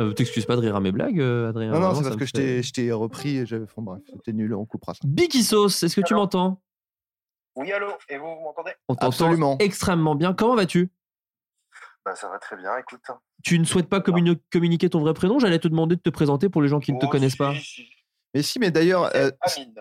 Speaker 2: Euh, T'excuses pas de rire à mes blagues, euh, Adrien.
Speaker 9: Non, non,
Speaker 2: Vraiment,
Speaker 9: c'est
Speaker 2: ça
Speaker 9: parce
Speaker 2: me
Speaker 9: que je
Speaker 2: fait-
Speaker 9: t'ai- je t'ai repris. Et j'avais- enfin, bref, c'était nul, on coupera ça.
Speaker 2: Biggie Sauce, est-ce que tu
Speaker 11: Alors
Speaker 2: m'entends
Speaker 11: Oui, allô, et vous, vous m'entendez
Speaker 2: On t'entend
Speaker 9: Absolument.
Speaker 2: extrêmement bien. Comment vas-tu
Speaker 11: Bah ça va très bien, écoute.
Speaker 2: tu ne souhaites pas communi- communiquer ton vrai prénom, j'allais te demander de te présenter pour les gens qui ne te connaissent pas.
Speaker 9: Mais si, mais d'ailleurs, euh,
Speaker 11: Amine.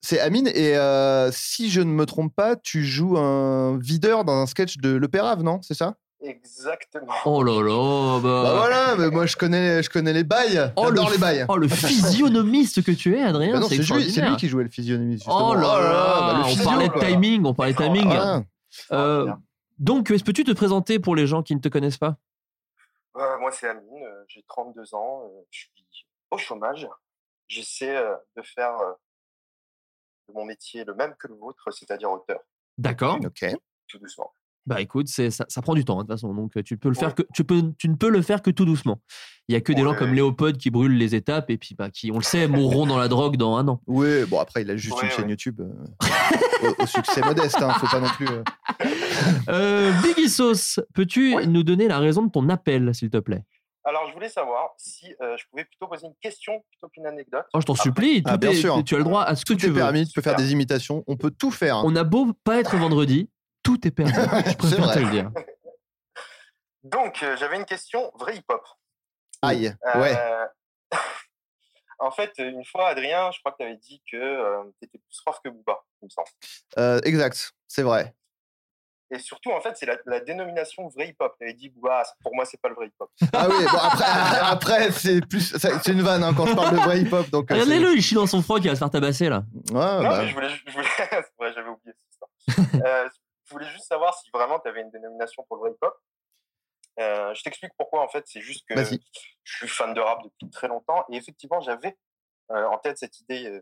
Speaker 9: c'est Amine, et euh, si je ne me trompe pas, tu joues un videur dans un sketch de l'Opérave, non C'est ça
Speaker 11: Exactement.
Speaker 2: Oh là là, bah-
Speaker 9: Bah voilà, mais moi je connais, je connais les bails.
Speaker 2: Oh,
Speaker 9: J'adore
Speaker 2: le-
Speaker 9: les bails. [LAUGHS]
Speaker 2: Oh le physionomiste que tu es, Adrien,
Speaker 9: Bah non,
Speaker 2: Eh
Speaker 9: c'est
Speaker 2: c'est
Speaker 9: lui, c'est
Speaker 2: extraordinaire.
Speaker 9: lui qui jouait le physionomiste. justement.
Speaker 2: Oh là là,
Speaker 9: bah, le
Speaker 2: on
Speaker 9: physio,
Speaker 2: parlait de
Speaker 9: quoi.
Speaker 2: timing, on parlait de timing.
Speaker 9: Ah,
Speaker 2: Euh, donc, est-ce que tu te présenter pour les gens qui ne te connaissent pas
Speaker 11: Euh, moi, c'est Amine, euh, j'ai 32 ans, euh, je suis au chômage. J'essaie euh, de faire euh, de mon métier le même que le vôtre, c'est-à-dire auteur,
Speaker 2: D'accord.
Speaker 9: ok.
Speaker 11: tout doucement.
Speaker 2: Bah écoute, c'est- ça, ça prend du temps hein, de toute façon, donc euh, tu peux le faire que tu peux, tu ne peux le faire que tout doucement. Il y a que des gens
Speaker 11: Ouais.
Speaker 2: comme Léopold qui brûlent les étapes et puis bah, qui, on le sait, mourront dans la drogue dans un an.
Speaker 9: Oui, bon après il a juste
Speaker 11: Ouais,
Speaker 9: une
Speaker 11: ouais.
Speaker 9: chaîne YouTube euh, au, au succès modeste, hein, faut pas non plus. euh.
Speaker 2: Euh, Biggie Sauce, peux-tu
Speaker 11: Oui.
Speaker 2: nous donner la raison de ton appel, s'il te plaît
Speaker 11: Alors, je voulais savoir si euh, je pouvais plutôt poser une question plutôt qu'une anecdote.
Speaker 2: Oh, je t'en supplie,
Speaker 9: Ah,
Speaker 2: tout
Speaker 9: bien
Speaker 2: est-
Speaker 9: sûr.
Speaker 2: tu as le droit à ce que
Speaker 9: Tout
Speaker 2: tu
Speaker 9: est
Speaker 2: veux.
Speaker 9: permis, hein. tu peux faire
Speaker 11: Super.
Speaker 9: des imitations, on peut tout faire.
Speaker 2: On a beau pas être vendredi, tout est
Speaker 9: [LAUGHS]
Speaker 2: permis. Je préfère
Speaker 9: vrai.
Speaker 2: te le dire.
Speaker 11: Donc, euh, j'avais une question vrai hip-hop.
Speaker 9: Aïe,
Speaker 11: Euh, [LAUGHS]
Speaker 9: ouais.
Speaker 11: en fait, une fois, Adrien, je crois que tu avais dit que tu étais plus fort que Booba, il me semble.
Speaker 9: Euh, exact, c'est vrai.
Speaker 11: Et surtout, en fait, c'est la, la dénomination vrai hip-hop. Tu avais dit, Booba, c'est- pour moi, c'est pas le vrai hip-hop.
Speaker 9: Ah oui, bon après, [LAUGHS] après c'est plus, ça- c'est une vanne hein, quand je parle de vrai hip hop, donc. euh, c'est-
Speaker 2: Regardez-le, il chie dans son froc, il va se faire tabasser là.
Speaker 9: Ouais,
Speaker 11: non,
Speaker 9: bah,
Speaker 11: mais je voulais, ju- je voulais- [LAUGHS] c'est vrai, j'avais oublié cette histoire. [LAUGHS] Euh, je voulais juste savoir si vraiment tu avais une dénomination pour le vrai hip-hop. Euh, je t'explique pourquoi, en fait, c'est juste que
Speaker 9: Vas-y.
Speaker 11: je suis fan de rap depuis très longtemps. Et effectivement, j'avais euh, en tête cette idée euh,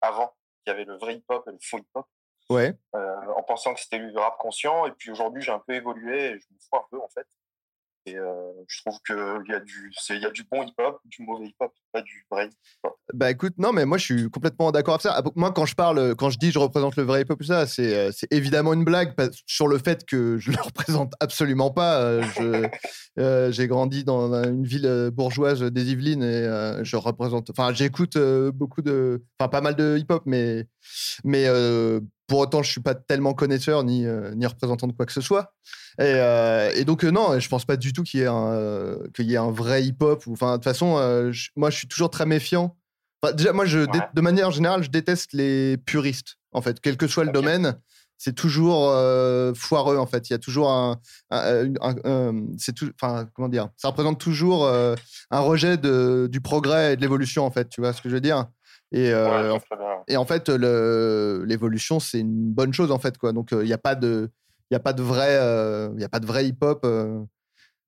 Speaker 11: avant qu'il y avait le vrai hip-hop et le faux hip-hop.
Speaker 9: ouais.
Speaker 11: euh, en pensant que c'était du rap conscient. Et puis aujourd'hui, j'ai un peu évolué et je me fous un peu, en fait. Et euh, je trouve qu'il y, a du- c'est- il y a du bon hip-hop, du mauvais hip-hop, pas du vrai.
Speaker 9: Bah écoute, non, mais moi je suis complètement d'accord avec ça. Ah, Moi, quand je parle, quand je dis je représente le vrai hip hop, tout ça, c'est euh, c'est évidemment une blague pas- sur le fait que je [LAUGHS] le représente absolument pas. Euh, je- euh, J'ai grandi dans un- une ville euh, bourgeoise des Yvelines et euh, je représente, enfin, j'écoute euh, beaucoup de, enfin, pas mal de hip hop, mais, mais euh, pour autant, je suis pas tellement connaisseur ni, euh, ni représentant de quoi que ce soit. Et, euh, et donc, euh, non, je pense pas du tout qu'il y, ait un, euh, qu'il y ait un vrai hip hop. ou- Enfin, de toute façon, euh, je- moi je suis toujours très méfiant. Enfin, déjà, moi, je, dé-
Speaker 11: Ouais.
Speaker 9: de manière générale, je déteste les puristes, en fait, quel que soit le
Speaker 11: Ok.
Speaker 9: domaine. C'est toujours euh, foireux, en fait. Il y a toujours un. un- un- un- euh, c'est tout. Enfin, comment dire Ça représente toujours euh, un rejet de- du progrès et de l'évolution, en fait. Tu vois ce que je veux dire Et,
Speaker 11: Ouais,
Speaker 9: euh,
Speaker 11: je
Speaker 9: en
Speaker 11: vois très bien.
Speaker 9: et en fait, le- l'évolution, c'est une bonne chose, en fait. Quoi. Donc, euh, il n'y a pas de. Il y a pas de vrai, euh, y a pas de vrai hip-hop euh,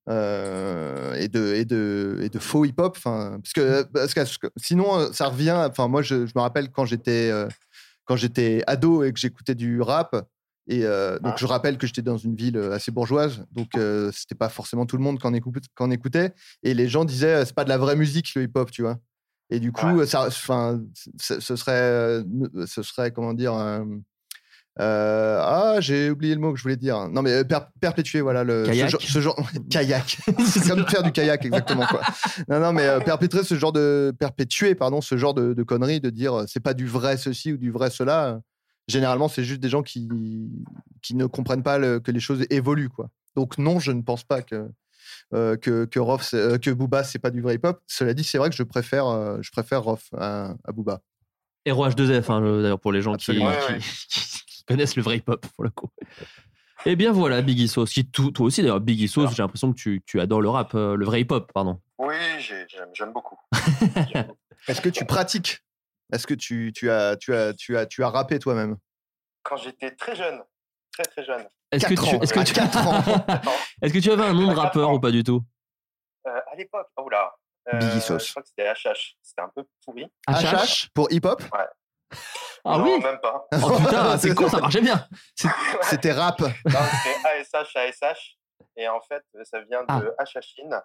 Speaker 9: euh, et, de, et, de, et de faux hip-hop. 'fin, Parce que,
Speaker 11: Mmh.
Speaker 9: parce que- parce que sinon, euh, ça revient. Enfin, moi, je, je me rappelle quand j'étais euh, quand j'étais ado et que j'écoutais du rap. Et euh, donc,
Speaker 11: Ah.
Speaker 9: je rappelle que j'étais dans une ville euh, assez bourgeoise. Donc, euh, c'était pas forcément tout le monde qu'en écoutait, qu'en écoutait. Et les gens disaient, euh, c'est pas de la vraie musique, le hip-hop, tu vois. Et du coup,
Speaker 11: Ouais.
Speaker 9: ça, enfin, ce ce serait, euh, ce serait, comment dire, euh, Euh, ah, j'ai oublié le mot que je voulais dire. Non, mais euh, per- perpétuer, voilà. Le, ce
Speaker 2: Kayak
Speaker 9: genre- ce genre, kayak. [LAUGHS] C'est
Speaker 2: [LAUGHS]
Speaker 9: comme faire du kayak, exactement. Quoi. Non, non, mais euh, perpétrer ce genre de. Perpétuer, pardon, ce genre de, de conneries, de dire euh, c'est pas du vrai ceci ou du vrai cela. euh, Généralement, c'est juste des gens qui, qui ne comprennent pas le- que les choses évoluent, quoi. Donc, non, je ne pense pas que. euh, que que Rof, c'est- euh, que Booba c'est pas du vrai hip hop cela dit c'est vrai que je préfère euh, je préfère Rof à, à Booba
Speaker 2: ROH2F, hein, le- d'ailleurs, pour les gens qui,
Speaker 9: Absolument.
Speaker 10: Ouais, ouais.
Speaker 2: qui- qui connaissent le vrai hip-hop, pour le coup. Eh bien voilà, Biggie Sauce. Qui, tout- toi aussi, d'ailleurs, Biggie Sauce, j'ai l'impression que tu, tu adores le rap, euh, le vrai hip-hop, pardon.
Speaker 13: Oui, j'ai- j'aime j'aime
Speaker 9: [LAUGHS]
Speaker 13: beaucoup.
Speaker 9: est-ce que tu pratiques est-ce que tu, tu as tu as tu as tu as rappé toi-même
Speaker 13: Quand j'étais très jeune, très
Speaker 9: [LAUGHS]
Speaker 13: très jeune,
Speaker 2: Est-ce que
Speaker 9: Quatre
Speaker 2: tu,
Speaker 9: ans.
Speaker 2: est-ce que
Speaker 9: À
Speaker 2: tu,
Speaker 9: quatre ans.
Speaker 2: [LAUGHS] est-ce que tu avais un nom de rappeur ou pas du tout
Speaker 13: euh, à l'époque, oh là, euh,
Speaker 9: Biggie Sauce.
Speaker 13: je crois que c'était HH, c'était un peu pourri.
Speaker 9: HH pour hip hop
Speaker 2: Ah
Speaker 13: non,
Speaker 2: oui
Speaker 13: même pas.
Speaker 9: euh, [LAUGHS]
Speaker 2: Oh putain, c'est con, ça marchait bien.
Speaker 9: C'était
Speaker 13: [LAUGHS]
Speaker 9: rap.
Speaker 13: Non, c'était ASH, ASH. Et en fait, ça vient
Speaker 2: Ah.
Speaker 13: de Hachachine,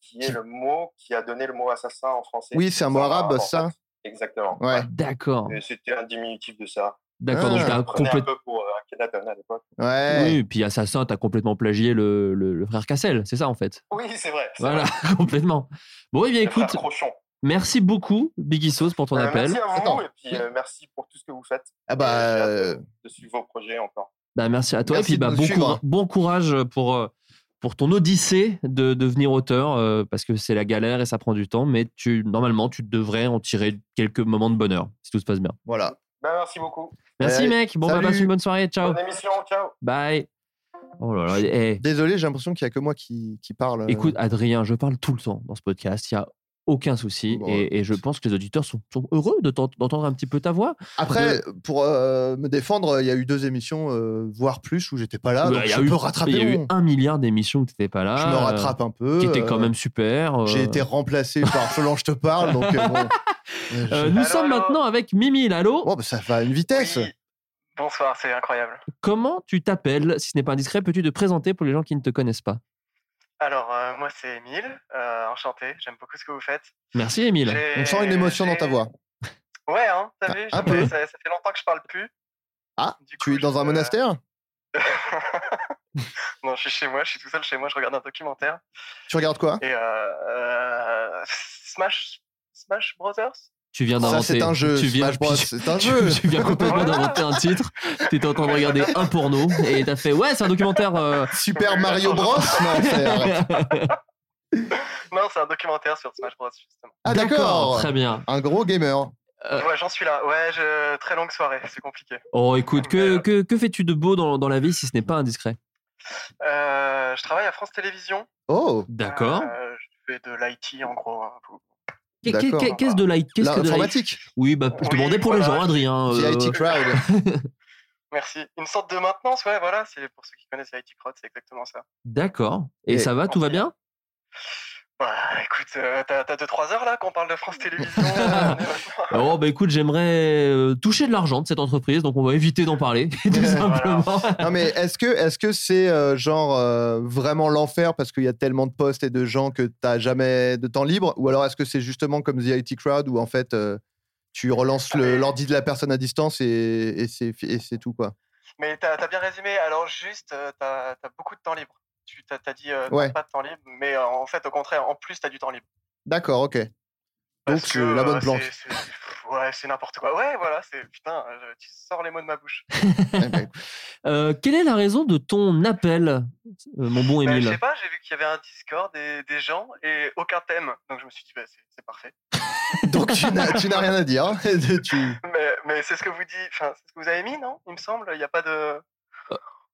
Speaker 13: qui est le mot qui a donné le mot assassin en français.
Speaker 9: Oui, c'est un mot arabe,
Speaker 13: en
Speaker 9: ça.
Speaker 13: fait. Exactement.
Speaker 9: Ouais,
Speaker 2: D'accord,
Speaker 13: Et C'était un diminutif de ça.
Speaker 2: d'accord. donc
Speaker 9: Ah.
Speaker 2: t'as
Speaker 13: On prenait
Speaker 2: complètement-
Speaker 13: un peu pour euh, Akhenaton à l'époque.
Speaker 9: ouais.
Speaker 2: Oui, puis Assassin, t'as complètement plagié le, le- le frère Cassel, c'est ça en fait.
Speaker 13: Oui, c'est vrai. c'est
Speaker 2: Voilà,
Speaker 13: vrai.
Speaker 2: [LAUGHS] complètement. Bon, eh bien
Speaker 13: Le frère
Speaker 2: écoute,
Speaker 13: Crochon.
Speaker 2: merci beaucoup Biggie Sauce pour ton
Speaker 13: Euh,
Speaker 2: appel.
Speaker 13: Merci à vous
Speaker 9: Attends.
Speaker 13: et puis euh, merci pour tout ce que vous faites.
Speaker 9: Ah bah,
Speaker 13: J'ai hâte
Speaker 9: euh,
Speaker 13: de suivre vos projets encore.
Speaker 2: Bah, merci à toi
Speaker 9: Merci
Speaker 2: et puis bah,
Speaker 9: de nous
Speaker 2: bon,
Speaker 9: suivre.
Speaker 2: coura- bon courage pour, euh, pour ton odyssée de devenir auteur euh, parce que c'est la galère et ça prend du temps, mais tu, normalement tu devrais en tirer quelques moments de bonheur si tout se passe bien.
Speaker 9: voilà.
Speaker 13: Bah, merci beaucoup.
Speaker 2: Merci
Speaker 9: Allez,
Speaker 2: mec, bon bah,
Speaker 9: salut.
Speaker 2: passe une bonne soirée, ciao,
Speaker 13: Bonne émission. Ciao.
Speaker 2: bye. Oh là là, eh,
Speaker 9: Désolé, j'ai l'impression qu'il n'y a que moi qui, qui parle. euh,
Speaker 2: écoute Adrien, je parle tout le temps dans ce podcast, il y a aucun souci
Speaker 9: Bon, ouais.
Speaker 2: et, et je pense que les auditeurs sont, sont heureux de t'ent- d'entendre un petit peu ta voix.
Speaker 9: Après, pour euh, me défendre, il y a eu deux émissions, euh, voire plus, où j'étais pas là.
Speaker 2: Bah,
Speaker 9: Ah, donc
Speaker 2: il y a
Speaker 9: je
Speaker 2: eu-
Speaker 9: peux rattraper
Speaker 2: Il y a eu
Speaker 9: mon-
Speaker 2: un milliard d'émissions où t'étais pas là.
Speaker 9: Je me
Speaker 2: euh,
Speaker 9: rattrape un peu.
Speaker 2: Qui était quand
Speaker 9: euh,
Speaker 2: même super. euh.
Speaker 9: J'ai été remplacé par
Speaker 2: [LAUGHS]
Speaker 9: Solange Je te parle. Donc, euh, bon. Euh, je-
Speaker 2: Euh, nous
Speaker 13: Allô,
Speaker 2: sommes
Speaker 13: allô
Speaker 2: maintenant avec Mimi, là, allô
Speaker 9: Bon, bah, ça va à une vitesse.
Speaker 13: Oui. Bonsoir, c'est incroyable.
Speaker 2: Comment tu t'appelles Si ce n'est pas indiscret, peux-tu te présenter pour les gens qui ne te connaissent pas
Speaker 13: Alors, euh, moi, c'est Emile. euh, enchanté. J'aime beaucoup ce que vous faites.
Speaker 2: Merci, Émile.
Speaker 13: J'ai-
Speaker 9: On sent une émotion dans ta
Speaker 13: j'ai-
Speaker 9: voix.
Speaker 13: Ouais, hein, t'as vu
Speaker 2: Ah,
Speaker 9: un
Speaker 13: je-
Speaker 2: bah
Speaker 9: peu.
Speaker 13: Ça, ça fait longtemps que je parle plus.
Speaker 9: Ah, Tu
Speaker 13: Du coup,
Speaker 9: es dans
Speaker 13: je-
Speaker 9: un monastère
Speaker 13: non, je suis chez moi, je suis tout seul chez moi, je regarde un documentaire.
Speaker 9: Tu regardes quoi
Speaker 13: Et euh, euh, Smash, Smash Brothers
Speaker 2: Tu viens
Speaker 9: Ça,
Speaker 2: d'inventer.
Speaker 9: c'est un jeu.
Speaker 2: Tu viens,
Speaker 9: Smash Bros,
Speaker 2: [LAUGHS] tu-
Speaker 9: C'est un
Speaker 2: tu-
Speaker 9: jeu.
Speaker 2: tu viens complètement d'inventer un titre. T'étais en train de
Speaker 13: [LAUGHS]
Speaker 2: regarder un porno et t'as fait Ouais, c'est un documentaire. euh,
Speaker 9: [LAUGHS] Super Mario
Speaker 2: [LAUGHS]
Speaker 9: Bros Non, c'est- arrête.
Speaker 13: Non, c'est un documentaire sur Smash Bros, justement.
Speaker 9: Ah, d'accord.
Speaker 2: Très bien.
Speaker 9: Un gros gamer.
Speaker 2: Euh.
Speaker 13: Ouais, j'en suis là. Ouais, je... très longue soirée, c'est compliqué.
Speaker 2: Oh, écoute, que, que, que fais-tu de beau dans, dans la vie si ce n'est pas indiscret
Speaker 13: Euh, je travaille à France Télévisions.
Speaker 9: Oh,
Speaker 2: D'accord.
Speaker 13: Euh, je fais de l'IT, en gros. hein, pour-
Speaker 2: Qu'est- qu'est-
Speaker 9: d'accord.
Speaker 2: Qu'est-ce de l'IT Qu'est-ce que de l'IT
Speaker 9: l'informatique.
Speaker 2: Oui, bah, je
Speaker 13: Oui,
Speaker 2: demandais pour les
Speaker 13: voilà.
Speaker 2: gens, Adrien.
Speaker 9: The
Speaker 2: euh,
Speaker 9: IT Crowd.
Speaker 13: Merci. Une sorte de maintenance, ouais, voilà. C'est Pour ceux qui connaissent l'IT Crowd, c'est exactement ça.
Speaker 2: D'accord. Et
Speaker 9: Et-
Speaker 2: ça va, tout va bien
Speaker 13: Bah, écoute, euh, t'as 2-3 heures là qu'on parle de
Speaker 2: [LAUGHS]
Speaker 13: France Télévisions. euh, on est maintenant-
Speaker 2: Oh bah écoute, j'aimerais euh, toucher de l'argent de cette entreprise, donc on va éviter d'en parler, [LAUGHS] tout simplement.
Speaker 9: Non mais est-ce que est-ce que c'est euh, genre euh, vraiment l'enfer parce qu'il y a tellement de postes et de gens que t'as jamais de temps libre ou alors est-ce que c'est justement comme The IT Crowd où en fait euh, tu relances le- l'ordi de la personne à distance et, et c'est et c'est tout quoi.
Speaker 13: Mais t'as as bien résumé. Alors juste, euh, t'as as beaucoup de temps libre. Tu t'as t'as dit euh, t'as
Speaker 9: Ouais.
Speaker 13: pas de temps libre, mais euh, en fait, au contraire, en plus, t'as du temps libre.
Speaker 9: D'accord, ok. Donc
Speaker 13: Parce
Speaker 9: c'est
Speaker 13: que,
Speaker 9: la bonne
Speaker 13: euh,
Speaker 9: planque.
Speaker 13: c'est- c'est- pff, Ouais, c'est n'importe quoi. Ouais, voilà, c'est putain, euh, tu sors les mots de ma bouche. Bah,
Speaker 9: Eh ben, écoute,
Speaker 2: Euh, quelle est la raison de ton appel, euh, mon bon
Speaker 13: Mais Ben, je
Speaker 2: Émile
Speaker 13: sais pas, j'ai vu qu'il y avait un Discord des, des gens et aucun thème, donc je me suis dit bah, c'est- c'est parfait.
Speaker 9: Donc tu n'as tu n'as rien à dire. hein. [LAUGHS] Tu-
Speaker 13: Mais, mais c'est ce que vous dites, enfin c'est ce que vous avez mis, non Il me semble, il n'y a pas de.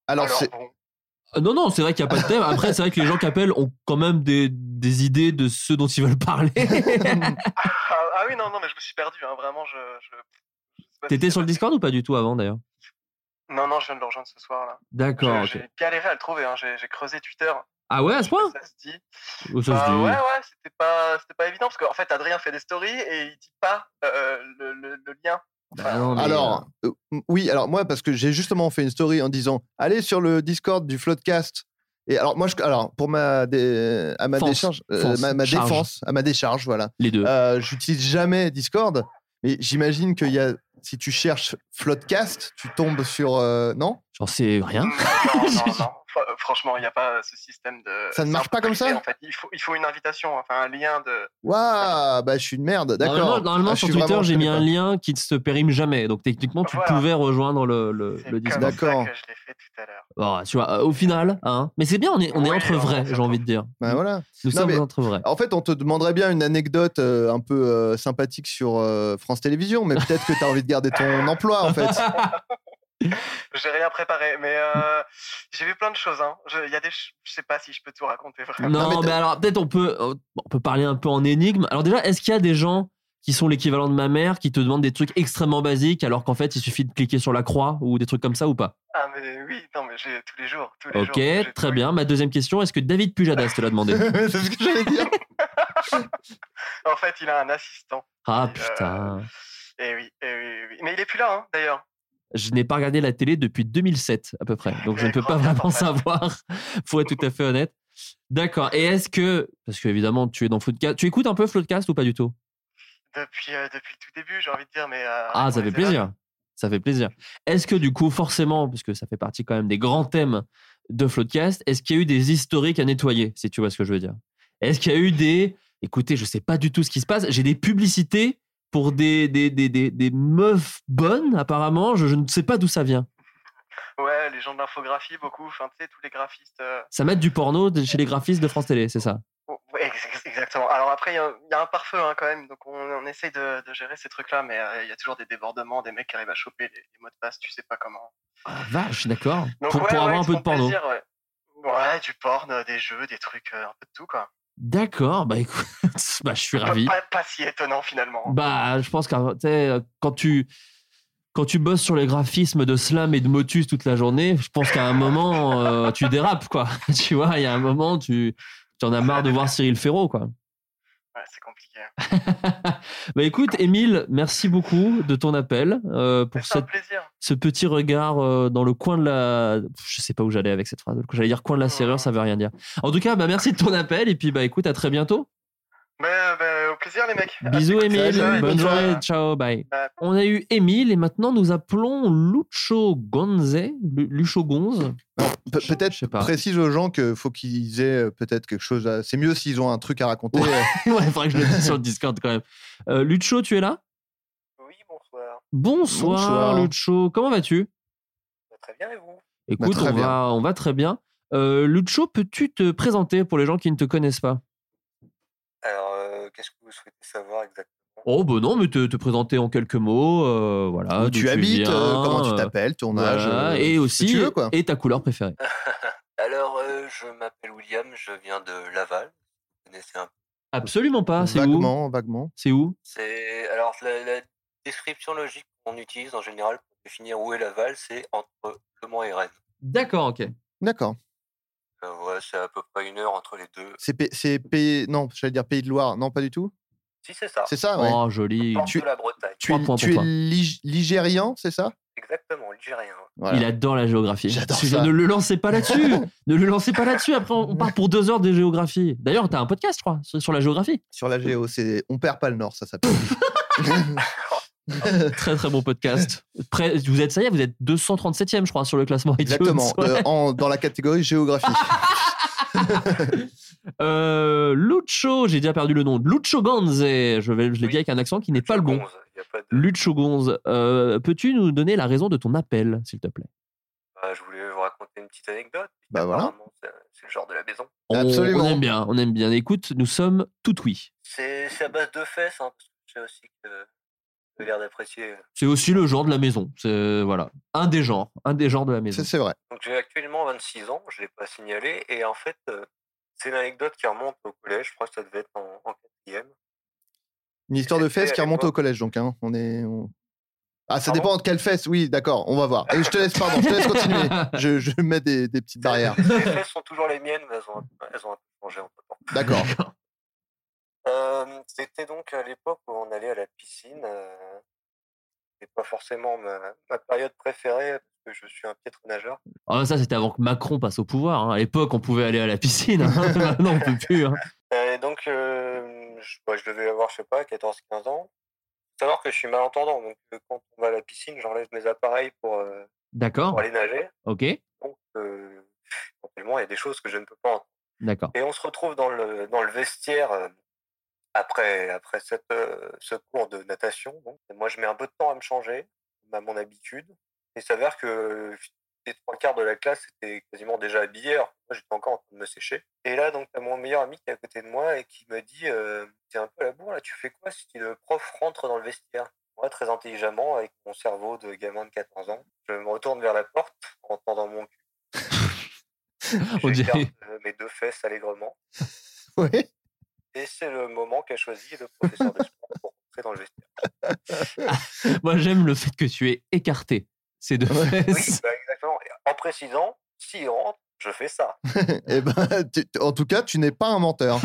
Speaker 9: Alors, c'est-
Speaker 13: bon,
Speaker 2: Euh, Non, non, c'est vrai qu'il n'y a pas de thème. Après, c'est vrai que les gens qui appellent ont quand même des, des idées de ceux dont ils veulent
Speaker 13: [LAUGHS]
Speaker 2: parler.
Speaker 13: ah, ah oui, non, non, mais je me suis perdu, hein, vraiment, je. je, je sais pas ce qui
Speaker 2: T'étais
Speaker 13: s'est
Speaker 2: sur le
Speaker 13: passé.
Speaker 2: Discord ou pas du tout avant d'ailleurs
Speaker 13: Non, non, je viens de le rejoindre ce soir là.
Speaker 2: D'accord.
Speaker 13: Je-
Speaker 2: ok.
Speaker 13: J'ai galéré à le trouver, hein. j'ai j'ai creusé Twitter.
Speaker 2: Ah ouais, à ce point
Speaker 13: Ça se dit.
Speaker 2: Oh, ça,
Speaker 13: Bah
Speaker 2: je dis-
Speaker 13: ouais, ouais, c'était pas, c'était pas évident parce qu'en fait, Adrien fait des stories et il dit pas euh, le, le- le lien.
Speaker 2: Bah non, mais,
Speaker 9: Alors
Speaker 13: hein.
Speaker 9: euh, oui, alors moi parce que j'ai justement fait une story en disant allez sur le Discord du Floodcast. Et alors moi je alors pour ma dé- à ma
Speaker 2: Fence.
Speaker 9: décharge euh,
Speaker 2: Fence.
Speaker 9: ma, ma
Speaker 2: Charge. Euh.
Speaker 9: défense à ma décharge voilà.
Speaker 2: les deux.
Speaker 9: Euh, J'utilise jamais Discord, mais j'imagine qu'il y a si tu cherches Floodcast, tu tombes sur. euh, non
Speaker 2: J'en sais rien.
Speaker 13: Non,
Speaker 2: [LAUGHS]
Speaker 13: non, non. Fr- Franchement, il n'y a pas ce système de.
Speaker 9: Ça ne
Speaker 13: c'est
Speaker 9: marche
Speaker 13: un peu
Speaker 9: pas comme ça
Speaker 13: privé, En fait, il faut, il faut une invitation, enfin un lien de.
Speaker 9: Waouh, bah je suis une merde, d'accord.
Speaker 2: Normalement, normalement,
Speaker 9: Ah, je
Speaker 2: sur
Speaker 9: suis
Speaker 2: Twitter,
Speaker 9: vraiment-
Speaker 2: j'ai
Speaker 9: je
Speaker 2: mis
Speaker 9: connais
Speaker 2: un lien qui ne se périme jamais. Donc techniquement, tu
Speaker 13: Voilà.
Speaker 2: pouvais rejoindre le, le,
Speaker 13: C'est
Speaker 2: le
Speaker 13: comme ça
Speaker 2: Discord.
Speaker 9: Euh, D'accord.
Speaker 13: que je l'ai fait tout à l'heure.
Speaker 2: Bon, tu vois, euh, au final, hein. Mais c'est bien, on est, on est
Speaker 13: Oui,
Speaker 2: entre
Speaker 13: on
Speaker 2: vrais,
Speaker 13: est
Speaker 2: j'ai envie de dire.
Speaker 9: pas. Bah, voilà.
Speaker 2: Nous
Speaker 9: Non,
Speaker 2: sommes
Speaker 9: mais-
Speaker 2: entre vrais.
Speaker 9: En fait, on te demanderait bien une anecdote euh, un peu euh, sympathique sur euh, France Télévisions, mais peut-être que tu as envie de garder ton
Speaker 2: [LAUGHS]
Speaker 9: emploi en fait.
Speaker 13: J'ai rien préparé, mais euh, j'ai vu plein de choses. Hein. Je, il y a des, ch- je sais pas si je peux tout raconter vraiment.
Speaker 2: Non,
Speaker 9: mais
Speaker 2: mais, alors peut-être on peut, euh, on peut parler un peu en énigme. Alors déjà, est-ce qu'il y a des gens qui sont l'équivalent de ma mère qui te demandent des trucs extrêmement basiques alors qu'en fait il suffit de cliquer sur la croix ou des trucs comme ça ou pas
Speaker 13: Ah mais oui, non mais j'ai tous les jours, tous les
Speaker 2: Ok,
Speaker 13: jours. j'ai
Speaker 2: très
Speaker 13: tout.
Speaker 2: bien. Ma deuxième question, est-ce que David Pujadas te
Speaker 9: [LAUGHS]
Speaker 2: l'a demandé
Speaker 9: C'est ce que j'allais dire.
Speaker 13: En fait, il a un assistant.
Speaker 2: Ah
Speaker 13: Et, euh,
Speaker 2: putain,
Speaker 13: Eh oui, eh oui, oui. Mais il est plus là, hein, d'ailleurs.
Speaker 2: je n'ai pas regardé la télé depuis 2007 à peu près, donc je ne peux pas vraiment savoir, faut être tout à fait honnête. D'accord, et est-ce que, parce que évidemment tu es dans Floodcast, tu écoutes un peu Floodcast ou pas du tout
Speaker 13: Depuis, euh, depuis le tout début, j'ai envie de dire, mais. euh,
Speaker 2: Ah, ça
Speaker 13: on
Speaker 2: fait
Speaker 13: était là.
Speaker 2: plaisir. Ça fait plaisir. Est-ce que du coup, forcément, puisque ça fait partie quand même des grands thèmes de Floodcast, est-ce qu'il y a eu des historiques à nettoyer, si tu vois ce que je veux dire Est-ce qu'il y a eu des... Écoutez, je sais pas du tout ce qui se passe. J'ai des publicités pour des, des, des, des, des meufs bonnes, apparemment. Je, je ne sais pas d'où ça vient.
Speaker 13: Ouais, les gens de l'infographie, beaucoup. Enfin, tu sais, tous les graphistes. euh,
Speaker 2: Ça met du porno de- chez les graphistes de France Télé, c'est ça
Speaker 13: oh, ouais, ex- ex- exactement. Alors après, il y, a- il y a un pare-feu hein, quand même, donc on, on essaye de, de gérer ces trucs-là, mais euh, il y a toujours des débordements, des mecs qui arrivent à choper les, les mots de passe, tu sais pas comment.
Speaker 2: Ah, vache, d'accord.
Speaker 13: Donc,
Speaker 2: Pour, pour
Speaker 13: ouais, ouais,
Speaker 2: avoir un
Speaker 13: ils
Speaker 2: peu de
Speaker 13: font
Speaker 2: porno.
Speaker 13: plaisir, ouais. Ouais, du porno, des jeux, des trucs, euh, un peu de tout, quoi.
Speaker 2: D'accord, bah écoute, [LAUGHS] bah, je suis
Speaker 13: Pas-
Speaker 2: ravi.
Speaker 13: Pas, pas si étonnant finalement.
Speaker 2: Bah, je pense que quand tu quand tu bosses sur les graphismes de Slam et de Motus toute la journée, je pense qu'à un moment euh, tu dérapes quoi. [LAUGHS] tu vois, il y a un moment tu tu en as marre de voir Cyril Ferraud quoi.
Speaker 13: Ouais, c'est compliqué.
Speaker 2: Bah écoute, Émile, merci beaucoup de ton appel euh, pour
Speaker 13: C'est un
Speaker 2: cette,
Speaker 13: plaisir.
Speaker 2: ce petit regard euh, dans le coin de la. Je sais pas où j'allais avec cette phrase. J'allais dire coin de la serrure, ça veut rien dire. En tout cas, bah merci de ton appel et puis bah écoute, à
Speaker 9: [LAUGHS]
Speaker 2: très bientôt.
Speaker 13: Mais, bah, au plaisir les mecs.
Speaker 2: Bisous Émile,
Speaker 9: Salut,
Speaker 2: bonne
Speaker 9: bonne
Speaker 2: journée,
Speaker 9: soirée.
Speaker 2: ciao, bye.
Speaker 13: Bah,
Speaker 2: On a eu Émile et maintenant nous appelons Lucho Gonze. Lu- Lucho Gonze. [LAUGHS]
Speaker 9: Non, pe- peut-être
Speaker 2: Je sais pas.
Speaker 9: précise aux gens que faut qu'ils aient euh, peut-être quelque chose. À... C'est mieux s'ils ont un truc à raconter. euh,
Speaker 2: Ouais. ouais, il faudrait que je le dise sur le Discord quand même. Euh, Lucho, tu es là
Speaker 13: Oui, bonsoir.
Speaker 2: Bonsoir,
Speaker 9: Bonsoir.
Speaker 2: Lucho, comment vas-tu
Speaker 13: Bah, très bien et vous
Speaker 2: Écoute,
Speaker 9: très
Speaker 2: on,
Speaker 9: bien.
Speaker 2: va, on va très bien. Euh, Lucho, peux-tu te présenter pour les gens qui ne te connaissent pas
Speaker 13: Alors, euh, qu'est-ce que vous souhaitez savoir exactement
Speaker 2: Oh, bah non, mais te, te présenter en quelques mots. euh, voilà,
Speaker 9: Où
Speaker 2: d'où
Speaker 9: tu habites,
Speaker 2: viens,
Speaker 9: euh, comment tu
Speaker 2: euh,
Speaker 9: t'appelles, ton âge,
Speaker 2: voilà,
Speaker 9: euh, ce
Speaker 2: et
Speaker 9: que
Speaker 2: aussi,
Speaker 9: tu veux, quoi.
Speaker 2: et ta couleur préférée.
Speaker 14: Alors, euh, je m'appelle William, je viens de Laval. Vous connaissez un peu.
Speaker 2: Absolument pas, c'est où
Speaker 9: Vaguement, vaguement.
Speaker 2: C'est où
Speaker 14: C'est alors la, la description logique qu'on utilise en général pour définir où est Laval, c'est entre Le Mans et Rennes.
Speaker 2: D'accord, ok.
Speaker 9: D'accord.
Speaker 14: Euh, ouais, c'est à peu près une heure entre les deux.
Speaker 9: C'est P- c'est P- non, j'allais dire Pays de Loire, non pas du tout.
Speaker 14: Si c'est ça.
Speaker 9: C'est ça. Ah Ouais.
Speaker 2: Oh, joli.
Speaker 14: Porte
Speaker 9: tu-
Speaker 14: de la Bretagne.
Speaker 9: tu
Speaker 2: trois
Speaker 9: es,
Speaker 2: points
Speaker 9: tu
Speaker 2: pour
Speaker 9: es
Speaker 2: toi.
Speaker 9: lig- ligérian, c'est ça
Speaker 14: Exactement, hein. ligérien.
Speaker 9: Voilà.
Speaker 2: Il adore la géographie.
Speaker 9: J'adore
Speaker 2: Je veux dire,
Speaker 9: ça.
Speaker 2: Ne le lancez pas
Speaker 9: [LAUGHS]
Speaker 2: là-dessus. ne le lancez pas là-dessus. Après, on on part pour deux heures de géographie. D'ailleurs, t'as un podcast, je crois, sur sur la géographie.
Speaker 9: Sur la géo, c'est on perd pas le nord, ça
Speaker 2: [LAUGHS]
Speaker 9: s'appelle.
Speaker 2: Très, très bon podcast. Près- vous êtes, ça y est, vous êtes 237e, je crois, sur le classement iTunes.
Speaker 9: Exactement.
Speaker 2: Ouais.
Speaker 9: euh, en- dans la catégorie géographie.
Speaker 2: Euh, Lucho, j'ai déjà perdu le nom. Lucho Gonze. Je, vais, je l'ai
Speaker 14: Oui.
Speaker 2: dit avec un accent qui n'est pas le bon.
Speaker 14: Gonze, y a pas de-
Speaker 2: Lucho Gonze, euh, peux-tu nous donner la raison de ton appel, s'il te plaît
Speaker 14: Bah, je voulais vous raconter une petite anecdote.
Speaker 9: Bah voilà.
Speaker 14: Apparemment, C'est c'est le genre de la maison.
Speaker 2: on,
Speaker 9: Absolument.
Speaker 2: on aime bien, on aime bien. Écoute, nous sommes tout oui.
Speaker 14: C'est c'est à base de fesses, hein, parce que je sais aussi que vous avez l'air d'apprécier. euh,
Speaker 2: C'est aussi le genre de la maison. C'est voilà, un des genres, un des genres de la maison.
Speaker 9: Ça, c'est vrai.
Speaker 14: Donc j'ai actuellement 26 ans, je ne l'ai pas signalé, et en fait, euh, c'est une anecdote qui remonte au collège, je crois que ça devait être en, en quatrième.
Speaker 9: Une histoire de
Speaker 14: C'était
Speaker 9: fesses qui
Speaker 14: à
Speaker 9: remonte
Speaker 14: l'époque.
Speaker 9: au collège, donc. hein. On est. on- Ah, ça
Speaker 14: Pardon
Speaker 9: dépend de quelle fesse. Oui, d'accord. On va voir. Et je te laisse, pardon. Je te laisse continuer. Je, je mets des, des petites barrières.
Speaker 14: Les fesses sont toujours les miennes, mais elles ont, elles ont un peu changé entre temps.
Speaker 9: D'accord.
Speaker 14: Euh, C'était donc à l'époque où on allait à la piscine. euh, C'est pas forcément ma, ma période préférée, parce que je suis un piètre nageur.
Speaker 2: Ah, ça, c'était avant que Macron passe au pouvoir. hein. À l'époque, on pouvait aller à la
Speaker 9: [LAUGHS]
Speaker 2: piscine. hein. Maintenant, on peut plus. hein.
Speaker 14: bah, Euh, Et donc, euh, je, ouais, je devais avoir, je sais pas, 14-15 ans. savoir que je suis malentendant. Donc, euh, quand on va à la piscine, j'enlève mes appareils pour, euh,
Speaker 2: D'accord.
Speaker 14: pour aller nager.
Speaker 2: Ok.
Speaker 14: Donc, euh, forcément, il y a des choses que je ne peux pas entendre.
Speaker 2: D'accord.
Speaker 14: Et on se retrouve dans le, dans le vestiaire euh, après, après cette, euh, ce cours de natation. donc. Et moi, je mets un peu de temps à me changer, comme à mon habitude. Et il s'avère que les trois quarts de la classe étaient quasiment déjà habillés. Alors que moi, j'étais encore en train de me sécher. Et là, donc, t'as mon meilleur ami qui est à côté de moi et qui me dit euh, T'es un peu à la bourre, là, tu fais quoi si le prof rentre dans le vestiaire Moi, très intelligemment, avec mon cerveau de gamin de 14 ans, je me retourne vers la porte en tendant mon cul.
Speaker 2: [LAUGHS] On
Speaker 14: J'écarte
Speaker 2: dirait-
Speaker 14: euh, mes deux fesses allègrement.
Speaker 9: Oui.
Speaker 14: Et c'est le moment qu'a choisi le professeur de sport pour rentrer dans le vestiaire.
Speaker 2: Moi, j'aime le fait que tu es écarté. C'est de
Speaker 14: Oui, bah, exactement. Et en précisant, s'il rentre, je fais ça.
Speaker 9: Eh ben, tu- tu- en tout cas, tu n'es pas un menteur.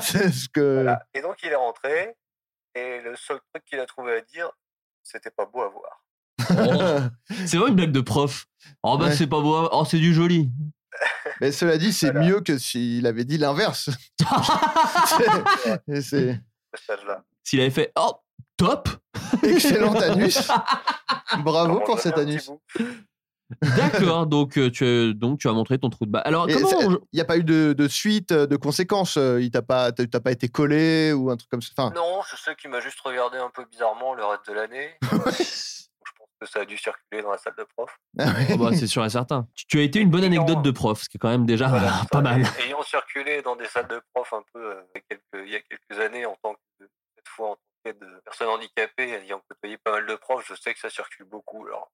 Speaker 9: C'est ce que.
Speaker 14: Et donc, il est rentré. Et le seul truc qu'il a trouvé à dire, c'était pas beau à voir.
Speaker 2: C'est vraiment une blague de prof. Oh, bah,
Speaker 9: Ouais.
Speaker 2: c'est pas beau. à- Oh, c'est du joli.
Speaker 9: [LAUGHS] Mais cela dit, c'est mieux que s'il avait dit l'inverse. [LAUGHS] C'est- et c'est
Speaker 14: Ce stage-là.
Speaker 2: S'il avait fait Oh, top
Speaker 9: excellent anus. Bravo
Speaker 14: Comment
Speaker 9: pour
Speaker 14: donner
Speaker 9: cet
Speaker 14: un petit
Speaker 9: anus.
Speaker 14: bout.
Speaker 2: D'accord, donc, euh, tu as, donc tu as montré ton trou de bas. Alors,
Speaker 9: Il
Speaker 2: comment on-
Speaker 9: n'y a pas eu de, de suite, euh, de conséquences. euh, Il t'a pas, t'as t'as pas été collé ou un truc comme ça. Enfin,
Speaker 14: Non, je sais qu'il m'a juste regardé un peu bizarrement le reste de l'année. Euh, je pense que ça a dû circuler dans la salle de prof.
Speaker 9: [LAUGHS]
Speaker 2: Oh, bah, C'est sûr et certain. Tu, tu as été une bonne anecdote de prof, ce qui est quand même déjà
Speaker 14: Voilà,
Speaker 2: ah,
Speaker 14: ça,
Speaker 2: [LAUGHS] pas
Speaker 14: [LAUGHS]
Speaker 2: mal.
Speaker 14: et- Ayant circulé dans des salles de prof un peu euh, il y a quelques- il y a quelques années en tant que cette fois en tant que de personne handicapée, ayant côtoyé pas mal de profs, je sais que ça circule beaucoup. Alors,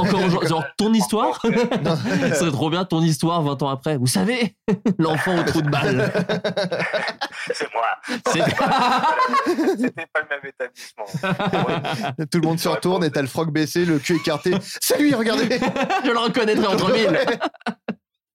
Speaker 2: Encore aujourd'hui, genre ton histoire [LAUGHS] Ce serait trop bien ton histoire 20 ans après. Vous savez, [LAUGHS] l'enfant au trou de balle.
Speaker 14: [LAUGHS] c'est moi.
Speaker 2: C'est-
Speaker 14: C'était pas le même établissement.
Speaker 9: tout le monde se retourne et t'as le froc baissé, le cul
Speaker 2: [LAUGHS]
Speaker 9: écarté. C'est lui, regardez.
Speaker 2: [LAUGHS] Je le reconnaîtrai entre mille.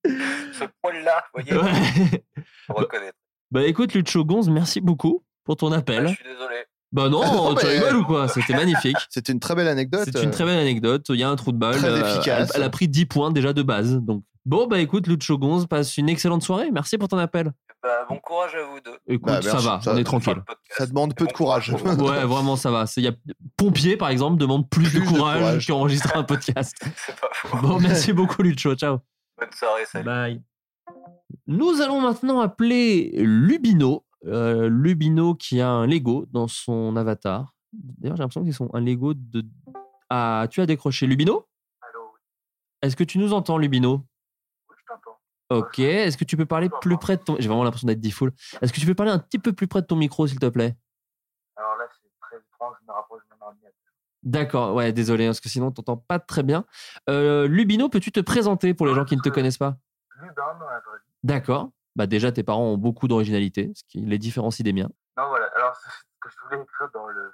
Speaker 14: Ce poil-là, vous voyez,
Speaker 2: Ouais.
Speaker 14: faut reconnaître.
Speaker 2: [LAUGHS] Bah écoute, Lucho Gonz, merci beaucoup pour ton
Speaker 14: Je
Speaker 2: appel.
Speaker 14: suis désolé.
Speaker 2: Bah non,
Speaker 9: Non,
Speaker 2: tu
Speaker 9: mais-
Speaker 2: rigoles ou quoi C'était magnifique.
Speaker 9: C'était une très belle anecdote. euh,
Speaker 2: C'est une très belle anecdote. Il y a un trou de balle.
Speaker 9: Très
Speaker 2: euh,
Speaker 9: efficace.
Speaker 2: Elle, elle a pris 10 points déjà de base. Donc. Bon, bah écoute, Lucho Gonz, passe une excellente soirée. Merci pour ton appel.
Speaker 14: Bah, bon courage à vous deux.
Speaker 2: Écoute,
Speaker 9: Bah,
Speaker 2: ça
Speaker 9: merci,
Speaker 2: va,
Speaker 9: ça-
Speaker 2: on est
Speaker 14: Fin
Speaker 9: [LAUGHS]
Speaker 14: de
Speaker 2: tranquille.
Speaker 14: podcast.
Speaker 9: Ça demande peu de courage.
Speaker 2: Ouais, vraiment, ça va. C'est- y a- Pompier, par exemple, demande plus,
Speaker 9: Plus
Speaker 2: de
Speaker 9: de
Speaker 2: courage,
Speaker 9: courage.
Speaker 2: qui enregistre
Speaker 9: [LAUGHS]
Speaker 2: un podcast.
Speaker 14: [LAUGHS] C'est pas faux.
Speaker 2: Bon, merci beaucoup, Lucho. Ciao.
Speaker 14: Bonne soirée, salut.
Speaker 2: Bye. Nous allons maintenant appeler Lubino. Euh, Lubino qui a un Lego dans son avatar. D'ailleurs, j'ai l'impression qu'ils sont un Lego de. Ah, tu as décroché. Lubino
Speaker 14: Allô,
Speaker 2: Est-ce que tu nous entends, Lubino
Speaker 14: oui, je t'entends.
Speaker 2: Ok. Est-ce que tu peux parler plus près de ton. J'ai vraiment l'impression d'être diffoul. Est-ce que tu peux parler un petit peu plus près de ton micro, s'il te plaît
Speaker 14: Alors là, c'est très étrange, je me rapproche de mon ordinateur.
Speaker 2: D'accord, ouais, désolé, hein, parce que sinon, on t'entend pas très bien. Euh, Lubino, peux-tu te présenter pour les gens qui ne te connaissent pas
Speaker 14: Lubin dans la vraie vie.
Speaker 2: D'accord. Bah déjà, tes parents ont beaucoup d'originalité, ce qui les différencie des miens.
Speaker 14: Non, voilà. Alors, c'est ce que je voulais écrire dans le.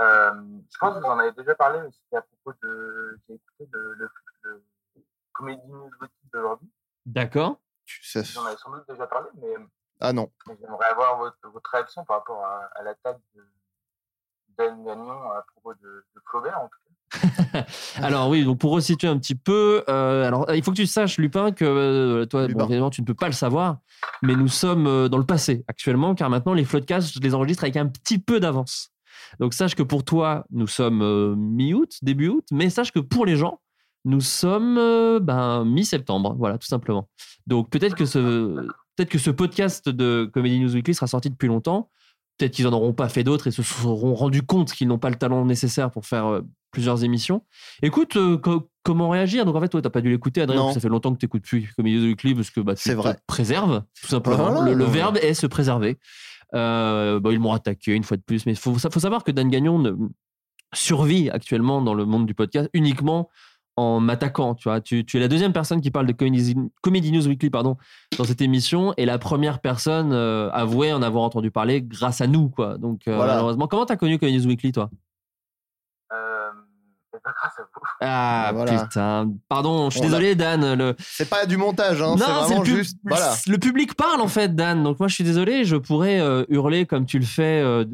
Speaker 14: Euh, je pense que vous en avez déjà parlé, mais c'était à propos de. J'ai écouté le, le, le Comédie News Boutique d'aujourd'hui.
Speaker 2: D'accord.
Speaker 9: Tu sais-
Speaker 14: Vous en avez sans doute déjà parlé, mais
Speaker 9: Ah non.
Speaker 14: mais j'aimerais avoir votre, votre réaction par rapport à, à l'attaque de d'Anne Gagnon à propos de, de Flaubert, en tout cas.
Speaker 2: [LAUGHS] Alors oui, donc pour resituer un petit peu, euh, alors il faut que tu saches, Lupin, que euh, toi, bon,
Speaker 9: Lubin.
Speaker 2: évidemment, tu ne peux pas le savoir, mais nous sommes euh, dans le passé actuellement, car maintenant, les floodcasts, je les enregistre avec un petit peu d'avance. Donc sache que pour toi, nous sommes euh, mi-août, début août, mais sache que pour les gens, nous sommes euh, ben, mi-septembre, voilà, tout simplement. Donc peut-être que ce... Peut-être que ce podcast de Comedy News Weekly sera sorti depuis longtemps. Peut-être qu'ils en auront pas fait d'autres et se seront rendus compte qu'ils n'ont pas le talent nécessaire pour faire euh, plusieurs émissions. Écoute, euh, co- comment réagir Donc en fait, toi, t'as pas dû l'écouter, Adrien.
Speaker 9: Non.
Speaker 2: parce que Ça fait longtemps que t'écoutes plus Comedy News Weekly parce que bah, tu
Speaker 9: C'est vrai.
Speaker 2: te préserves, tout simplement.
Speaker 9: Voilà.
Speaker 2: le, le verbe est se préserver. Euh, bah, ils m'ont attaqué une fois de plus, mais faut, sa- faut savoir que Dan Gagnon ne- survit actuellement dans le monde du podcast uniquement en m'attaquant. Tu vois, tu, tu es la deuxième personne qui parle de Comedy, Comedy News Weekly, pardon, dans cette émission et la première personne euh, avouée en avoir entendu parler grâce à nous quoi. Donc euh,
Speaker 9: Voilà.
Speaker 2: malheureusement, comment t'as connu Comedy News Weekly toi
Speaker 14: Euh, et ben, grâce à vous.
Speaker 2: Ah
Speaker 9: Bah, voilà.
Speaker 2: putain, pardon, je suis
Speaker 9: On l'a-
Speaker 2: désolé Dan. Le...
Speaker 9: C'est pas du montage, hein, c'est vraiment
Speaker 2: le, pub-
Speaker 9: juste. Voilà.
Speaker 2: le public parle en fait Dan. Donc moi je suis désolé, je pourrais euh, hurler comme tu le fais, euh,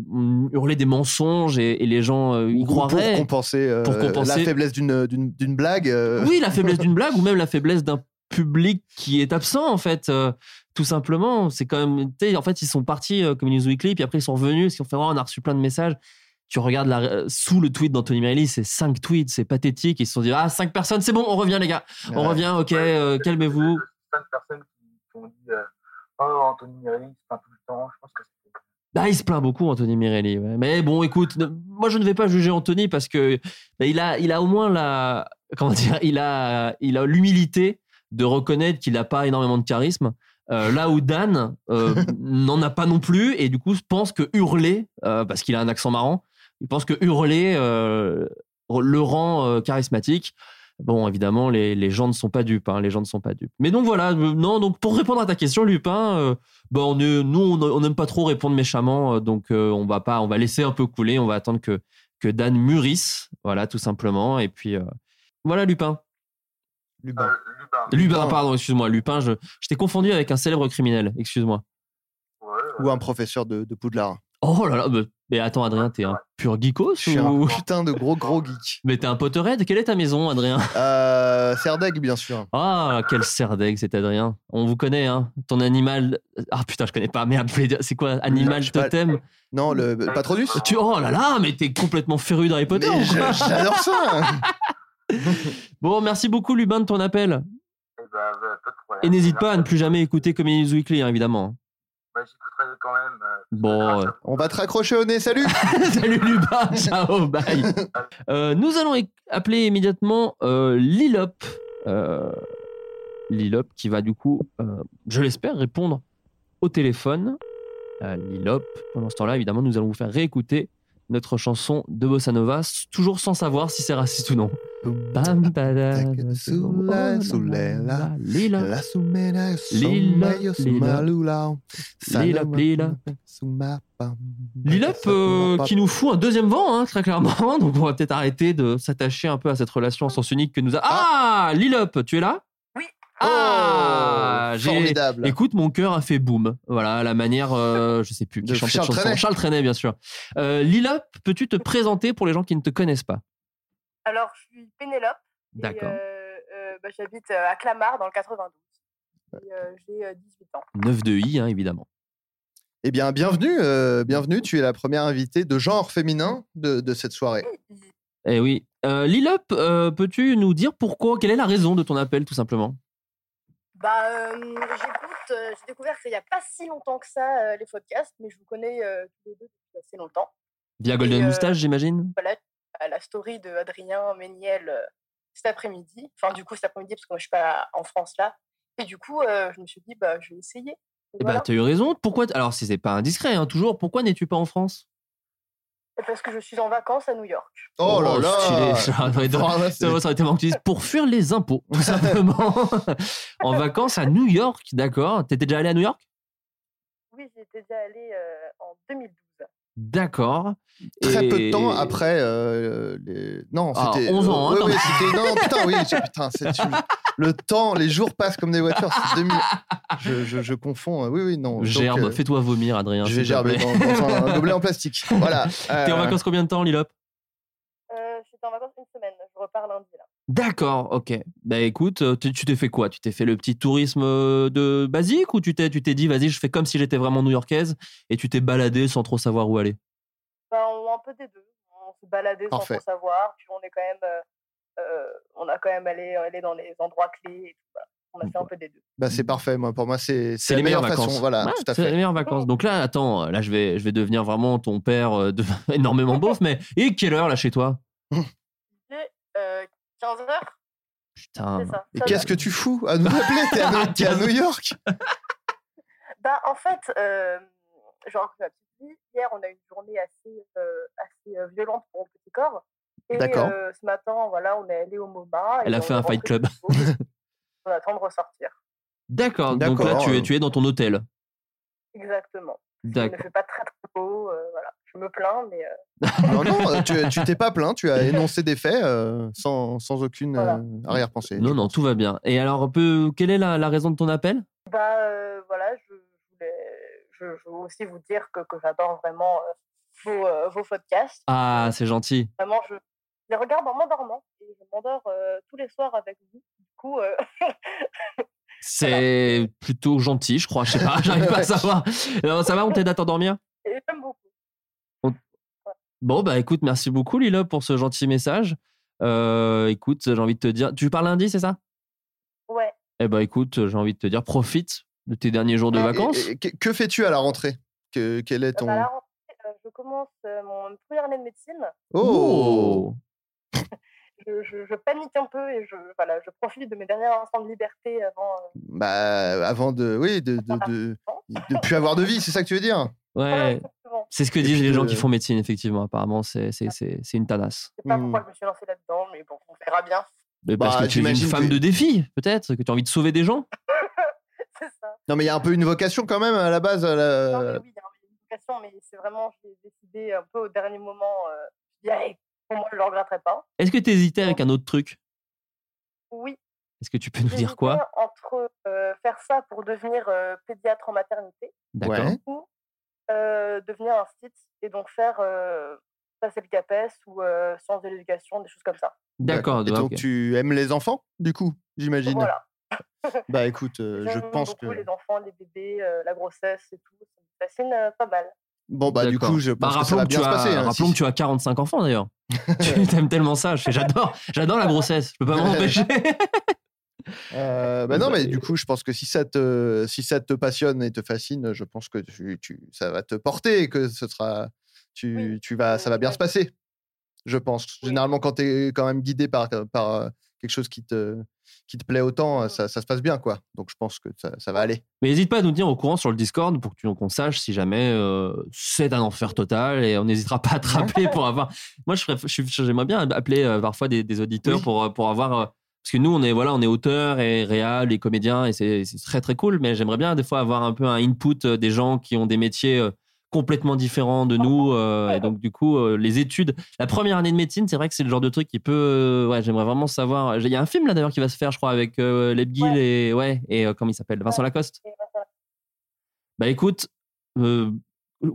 Speaker 2: hurler des mensonges et, et les gens euh, y
Speaker 9: Ou Pour
Speaker 2: croiraient.
Speaker 9: compenser, euh,
Speaker 2: Pour compenser.
Speaker 9: la faiblesse d'une- d'une d'une blague. euh,
Speaker 2: Oui, la
Speaker 9: [LAUGHS]
Speaker 2: faiblesse d'une blague ou même la faiblesse d'un public qui est absent en fait euh, tout simplement c'est quand même tu sais, en fait ils sont partis euh, comme News Weekly puis après ils sont revenus ils ont fait voir on a reçu plein de messages tu regardes la- euh, sous le tweet d'Anthony Merelli, c'est 5 tweets, c'est pathétique. Ils se sont dit, ah, 5 personnes, c'est bon, on revient, les gars. On
Speaker 14: Ouais.
Speaker 2: revient, ok,
Speaker 14: [LAUGHS]
Speaker 2: euh, calmez-vous.
Speaker 14: plein de personnes qui, qui ont dit euh, Oh, Anthony Mirelli, il se plaint tout le temps. Je pense que c'est
Speaker 2: Bah, il se plaint beaucoup, Anthony Mirelli. ouais. Mais bon, écoute, ne- moi, je ne vais pas juger Anthony parce que bah, il, a, il a au moins la. Comment dire Il a il a l'humilité de reconnaître qu'il n'a pas énormément de charisme. euh, là où Dan euh, n'en a pas non plus et du coup pense que hurler, euh, parce qu'il a un accent marrant, il pense que hurler euh, le rend euh, charismatique. Bon, évidemment, les, les gens ne sont pas dupes. hein, les gens ne sont pas dupes. Mais donc voilà, euh, non, donc pour répondre à ta question, Lupin, euh, bah, on est- nous, on on n'aime pas trop répondre méchamment, euh, donc euh, on va pas, on va laisser un peu couler, on va attendre que, que Dan mûrisse, voilà, tout simplement. Et puis euh, voilà, Lupin.
Speaker 9: Lubin.
Speaker 14: euh,
Speaker 2: Lupin, pardon, excuse-moi, Lupin, je, je t'ai confondu avec un célèbre criminel, excuse-moi.
Speaker 9: Ou un professeur de, de Poudlard.
Speaker 2: Oh là là, mais, mais attends, Adrien, t'es un pur geekos
Speaker 9: Je suis un
Speaker 2: ou-
Speaker 9: putain de gros gros geek.
Speaker 2: Mais t'es un Potterhead Quelle est ta maison, Adrien
Speaker 9: Euh, Serdeg, bien sûr.
Speaker 2: Ah, quel serdeg cet Adrien. On vous connaît, hein. Ton animal. Ah putain, je connais pas. Merde, je voulais dire- c'est quoi
Speaker 9: Non,
Speaker 2: Animal
Speaker 9: je sais pas.
Speaker 2: totem
Speaker 9: Non, le Patronus
Speaker 2: tu... Oh là là, mais t'es complètement féru d'Harry Potter
Speaker 9: Mais
Speaker 2: ou quoi
Speaker 9: je- j'adore ça.
Speaker 2: Bon, merci beaucoup, Lubin, de ton appel.
Speaker 14: Eh ben, euh, pas de problème.
Speaker 2: Et n'hésite pas à
Speaker 14: Merci.
Speaker 2: ne plus jamais écouter Comedy News Weekly, hein, évidemment.
Speaker 14: Bah, J'écouterai quand même. euh, [LAUGHS]
Speaker 2: Bon. euh, [LAUGHS]
Speaker 9: On va te raccrocher au nez, salut
Speaker 2: Salut Lubin, [LAUGHS] ciao, bye. Euh, nous allons é- appeler immédiatement euh, Lilop. Euh, Lilop qui va du coup, euh, je l'espère, répondre au téléphone. Euh, Lilop, pendant ce temps-là, évidemment, nous allons vous faire réécouter notre chanson de Bossa Nova, s- toujours sans savoir si c'est raciste ou non. Bam, badam,
Speaker 9: Sula, sulela, la sumena,
Speaker 2: Lila,
Speaker 9: sumayo,
Speaker 2: Lila.
Speaker 9: sumalula,
Speaker 2: Lilop,
Speaker 9: salama,
Speaker 2: Lilop.
Speaker 9: sumapa.
Speaker 2: Lilop euh, qui nous fout un deuxième vent, hein, très clairement. [LAUGHS] Donc on va peut-être arrêter de s'attacher un peu à cette relation en sens unique que nous a. Ah, Lilop, tu es là Oui. Ah, j'ai-
Speaker 9: Oh, formidable.
Speaker 2: Écoute, mon cœur a fait boum. Voilà, la manière, euh, je sais plus.
Speaker 9: [LAUGHS]
Speaker 2: qui
Speaker 9: De
Speaker 2: chantait cette
Speaker 9: Charles
Speaker 2: chanson.
Speaker 9: Trenet.
Speaker 2: Charles Trenet, bien sûr. Euh, Lilop, peux-tu te présenter pour les gens qui ne te connaissent pas
Speaker 12: Alors, je suis Pénélope. et,
Speaker 2: D'accord.
Speaker 12: euh, euh, bah, J'habite euh, à Clamart, dans le 92. Et euh, j'ai euh, 18 ans.
Speaker 2: 9 de I, hein, évidemment.
Speaker 9: Eh bien, bienvenue, euh, bienvenue. Tu es la première invitée de genre féminin de, de cette soirée.
Speaker 2: Eh oui. Euh, Lilop, euh, peux-tu nous dire pourquoi Quelle est la raison de ton appel, tout simplement
Speaker 12: Bah, euh, j'écoute, euh, j'ai découvert qu'il n'y a pas si longtemps que ça euh, les podcasts, mais je vous connais euh, tous les deux depuis assez longtemps.
Speaker 2: Via Golden
Speaker 12: euh,
Speaker 2: Moustache, j'imagine
Speaker 12: Voilà, à la story de Adrien Méniel euh, cet après-midi. Enfin, du coup, cet après-midi, parce que moi, je suis pas en France là. Et du coup, euh, je me suis dit, bah, je vais essayer. Et
Speaker 2: Eh
Speaker 12: voilà.
Speaker 2: ben, t'as eu raison. Pourquoi t- Alors, si c'est pas indiscret, hein, toujours, pourquoi n'es-tu pas en France
Speaker 12: Et Parce que je suis en vacances à New York.
Speaker 9: Oh là là
Speaker 2: stylé. Ça aurait été-
Speaker 9: Ah ouais,
Speaker 2: ça aurait été marrant que tu dises, pour fuir les impôts,
Speaker 9: [LAUGHS]
Speaker 2: tout simplement. en vacances à New York, d'accord. T'étais déjà allé à New York
Speaker 12: Oui, j'y étais déjà allée euh, en 2012.
Speaker 2: D'accord.
Speaker 9: Très peu de
Speaker 2: Et-
Speaker 9: temps après euh, les... Non,
Speaker 2: Ah,
Speaker 9: c'était...
Speaker 2: 11 ans, hein,
Speaker 9: Ouais,
Speaker 2: quand
Speaker 9: ouais,
Speaker 2: même.
Speaker 9: c'était- Non, putain, oui. c'est- Putain, c'est... tu-
Speaker 2: [LAUGHS]
Speaker 9: Le temps, les jours passent comme des voitures. C'est 2000... je, je, je confonds. euh, Oui, oui, non. donc,
Speaker 2: Gerbe,
Speaker 9: euh,
Speaker 2: fais-toi vomir, Adrien.
Speaker 9: Je
Speaker 2: s'il
Speaker 9: vais
Speaker 2: te
Speaker 9: gerber
Speaker 2: plaît.
Speaker 9: dans, dans un
Speaker 2: [LAUGHS]
Speaker 9: gobelet en plastique. Voilà.
Speaker 2: T'es en
Speaker 9: Euh,
Speaker 2: vacances combien de temps, Lilop
Speaker 12: Euh, j'étais en vacances une semaine. Je repars lundi là.
Speaker 2: D'accord, ok. Bah écoute, euh, tu tu t'es fait quoi Tu t'es fait le petit tourisme euh, de basique ou tu t'es tu t'es dit, vas-y, je fais comme si j'étais vraiment new-yorkaise et tu t'es baladé sans trop savoir où aller
Speaker 12: Enfin, on un peu des deux. On se baladait
Speaker 2: Parfait.
Speaker 12: sans trop savoir. Puis on est quand même, euh, euh, on a quand même allé, allé dans les endroits clés. Et tout, voilà. On a fait un peu des deux.
Speaker 9: Bah, c'est parfait. Moi, pour moi, c'est,
Speaker 2: C'est
Speaker 9: la
Speaker 2: les meilleures
Speaker 9: meilleure
Speaker 2: vacances.
Speaker 9: façon. Voilà,
Speaker 2: Ouais,
Speaker 9: tout à
Speaker 2: C'est
Speaker 9: fait.
Speaker 2: les meilleures vacances. Donc là, attends, là, je vais, je vais devenir vraiment ton père euh, de... [LAUGHS] énormément
Speaker 9: [LAUGHS]
Speaker 2: beauf, mais. Et quelle heure là chez toi
Speaker 12: Et, euh, 15 heures.
Speaker 2: Putain.
Speaker 12: C'est ça.
Speaker 9: Et qu'est-ce que tu fous à nous appeler T'es à, New- t'es à New York
Speaker 12: Bah, en fait, euh, genre, je vous l'ai dit, hier, on a eu une journée assez, euh, assez euh, violente pour mon petit corps. Et
Speaker 2: D'accord.
Speaker 12: euh, ce matin, voilà, on est allé au MoMA. et
Speaker 2: Elle a
Speaker 12: on
Speaker 2: fait
Speaker 12: est
Speaker 2: un fight
Speaker 12: rentré [LAUGHS]
Speaker 2: club. [LAUGHS]
Speaker 12: chez nous. On attend de ressortir.
Speaker 2: D'accord. Donc là,
Speaker 9: D'accord,
Speaker 2: tu
Speaker 9: euh.
Speaker 2: es, tu es dans ton hôtel.
Speaker 12: Exactement. Il ne
Speaker 2: D'accord.
Speaker 12: fait pas très très beau. euh, voilà. Je me plains, mais euh,
Speaker 9: Non, non, tu, tu t'es pas plaint. Tu as énoncé des faits euh, sans, sans aucune euh, arrière-pensée.
Speaker 2: Non, non, tout va bien. Et alors, peu, quelle est la, la raison de ton appel
Speaker 12: bah, euh, voilà, je, je voulais je, je veux aussi vous dire que, que j'adore vraiment euh, vos, euh, vos podcasts.
Speaker 2: Ah, c'est gentil.
Speaker 12: Vraiment, Bah, je les regarde en m'endormant et je m'endors euh, tous les soirs avec vous. Du coup, euh, [LAUGHS]
Speaker 2: C'est plutôt gentil, je crois. Je [LAUGHS]
Speaker 12: [LAUGHS]
Speaker 2: sais pas, j'arrive pas à savoir. Alors, ça va, on t'aide à t'endormir
Speaker 12: et j'aime beaucoup.
Speaker 2: On- Bon, bah écoute, merci beaucoup Lila pour ce gentil message. Euh, écoute, j'ai envie de te dire. Tu parles lundi, c'est ça
Speaker 12: Ouais.
Speaker 2: Eh bah écoute, j'ai envie de te dire, profite de tes derniers jours de
Speaker 9: Et-
Speaker 2: vacances.
Speaker 9: et- et que- que fais-tu à la rentrée Que- Quel est
Speaker 12: Euh,
Speaker 9: ton.
Speaker 12: bah, à la rentrée, euh, je commence euh, mon premier année de médecine.
Speaker 9: Oh
Speaker 12: Je, je- je panique un peu et je, voilà, je profite de mes derniers instants de liberté avant. euh,
Speaker 9: Bah, avant de. Oui, de. de, de, de plus avoir de vie, c'est ça que tu veux dire
Speaker 2: Ouais. C'est ce que disent
Speaker 9: puis
Speaker 2: les gens
Speaker 9: de-
Speaker 2: qui font médecine, effectivement. Apparemment, c'est c'est- c'est- c'est une tanasse.
Speaker 12: je
Speaker 9: Hmm.
Speaker 12: sais pas
Speaker 2: Hmm.
Speaker 12: pourquoi je me suis lancée là-dedans, mais bon, on verra bien.
Speaker 2: Mais parce
Speaker 9: Bah,
Speaker 2: que tu es une
Speaker 9: j'imagine
Speaker 2: femme
Speaker 9: que-
Speaker 2: de défi, peut-être, que tu as envie de sauver des gens.
Speaker 9: Non, mais il y a un peu une vocation quand même à la base. à la-
Speaker 12: Vocation, Mais c'est vraiment, j'ai décidé un peu au dernier moment. euh, je dis, allez, pour moi, je le regretterai pas.
Speaker 2: Est-ce que tu hésitais avec un autre truc
Speaker 12: Oui.
Speaker 2: Est-ce que tu peux nous dire
Speaker 12: j'hésitais
Speaker 2: quoi
Speaker 12: Entre euh, faire ça pour devenir euh, pédiatre en maternité
Speaker 2: D'accord. Ouais.
Speaker 12: ou euh, devenir un site et donc faire euh, passer le CAPES ou euh, sciences de l'éducation, des choses comme ça.
Speaker 9: Et donc, tu aimes les enfants, du coup, j'imagine
Speaker 12: Voilà.
Speaker 9: Bah, écoute, euh, je
Speaker 12: J'aime
Speaker 9: pense que.
Speaker 12: beaucoup les enfants, les bébés, euh, la grossesse et tout. Ça me fascine euh, pas mal.
Speaker 9: Bon, bah, du
Speaker 2: D'accord.
Speaker 9: coup, je pense
Speaker 2: Bah,
Speaker 9: que ça
Speaker 2: rappelons
Speaker 9: va
Speaker 2: que tu
Speaker 9: bien se
Speaker 2: as-
Speaker 9: passer. hein,
Speaker 2: Rappelons que tu as 45
Speaker 9: [LAUGHS]
Speaker 2: enfants d'ailleurs. [LAUGHS] tu t'aimes tellement ça, je fais, j'adore, j'adore la grossesse, je peux pas m'en
Speaker 9: [LAUGHS]
Speaker 2: empêcher.
Speaker 9: Euh, bah non, mais du coup, je pense que si ça te, si ça te passionne et te fascine, je pense que tu, tu- ça va te porter et que ce sera, tu, tu vas, ça va bien se passer. Je pense. Généralement, quand tu es quand même guidé par, par euh, quelque chose qui te, qui te plaît autant, ça, ça se passe bien, quoi. Donc, je pense que ça, ça va aller.
Speaker 2: Mais n'hésite pas à nous tenir au courant sur le Discord pour que tu- qu'on sache si jamais euh, c'est un enfer total et on n'hésitera pas à te rappeler pour avoir. Moi, je ferais- je suis- j'aimerais bien appeler euh, parfois des, des auditeurs pour, euh, pour avoir. euh, Parce que nous, on est, voilà, on est auteur et réal et comédien et c'est c'est très très cool, mais j'aimerais bien des fois avoir un peu un input euh, des gens qui ont des métiers euh, complètement différents de nous. euh, et donc, du coup, euh, les études. La première année de médecine, c'est vrai que c'est le genre de truc qui peut. euh, ouais, j'aimerais vraiment savoir. Il y a un film là d'ailleurs qui va se faire, je crois, avec euh, Lebguil et. Ouais, et euh, comment il s'appelle Vincent Lacoste bah écoute, euh,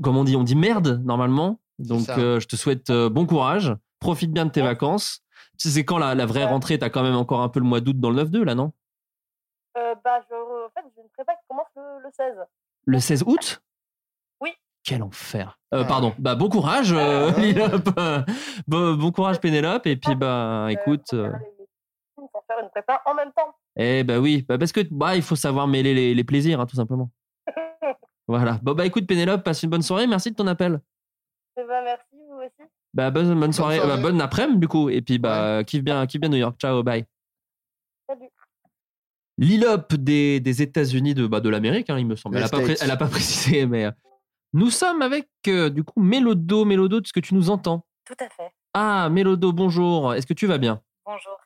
Speaker 2: comment on dit On dit merde normalement. Donc
Speaker 15: ça.
Speaker 2: euh, je te souhaite euh, bon courage. Profite bien de tes vacances. Tu sais quand la, la vraie rentrée T'as quand même encore un peu le mois d'août dans le 9-2 là, non
Speaker 12: Euh, bah, je, en fait, j'ai une prépa qui commence le, Euh, le 16.
Speaker 2: Le 16 août
Speaker 12: Oui.
Speaker 2: Quel enfer. Euh, Pardon. Bah bon courage, [LAUGHS] euh, Lilope. Euh, Bon, bon courage, Pénélope. Et puis bah écoute. euh,
Speaker 12: Pour faire une prépa en même temps.
Speaker 2: eh bah oui, bah, parce que bah il faut savoir mêler les, les plaisirs, hein, tout simplement. Voilà. Bon bah écoute, Pénélope, passe une bonne soirée. Merci de ton appel.
Speaker 12: Eh ben, merci, vous aussi.
Speaker 2: Bah, bonne, bonne soirée, Bah, bonne après-midi du coup. Et puis bah kiffe bien, kiffe bien New York. Ciao, bye.
Speaker 12: Salut.
Speaker 2: L'ILOP des, des États-Unis de, bah, de l'Amérique, hein, il me semble.
Speaker 15: Les
Speaker 2: Elle n'a pas, pré-
Speaker 15: States.
Speaker 2: elle a pas [LAUGHS] précisé, mais euh, nous sommes avec euh, du coup Mélodo, Mélodo, est-ce que tu nous entends
Speaker 16: Tout à fait.
Speaker 2: Ah, Mélodo, bonjour. Est-ce que tu vas bien
Speaker 16: Bonjour.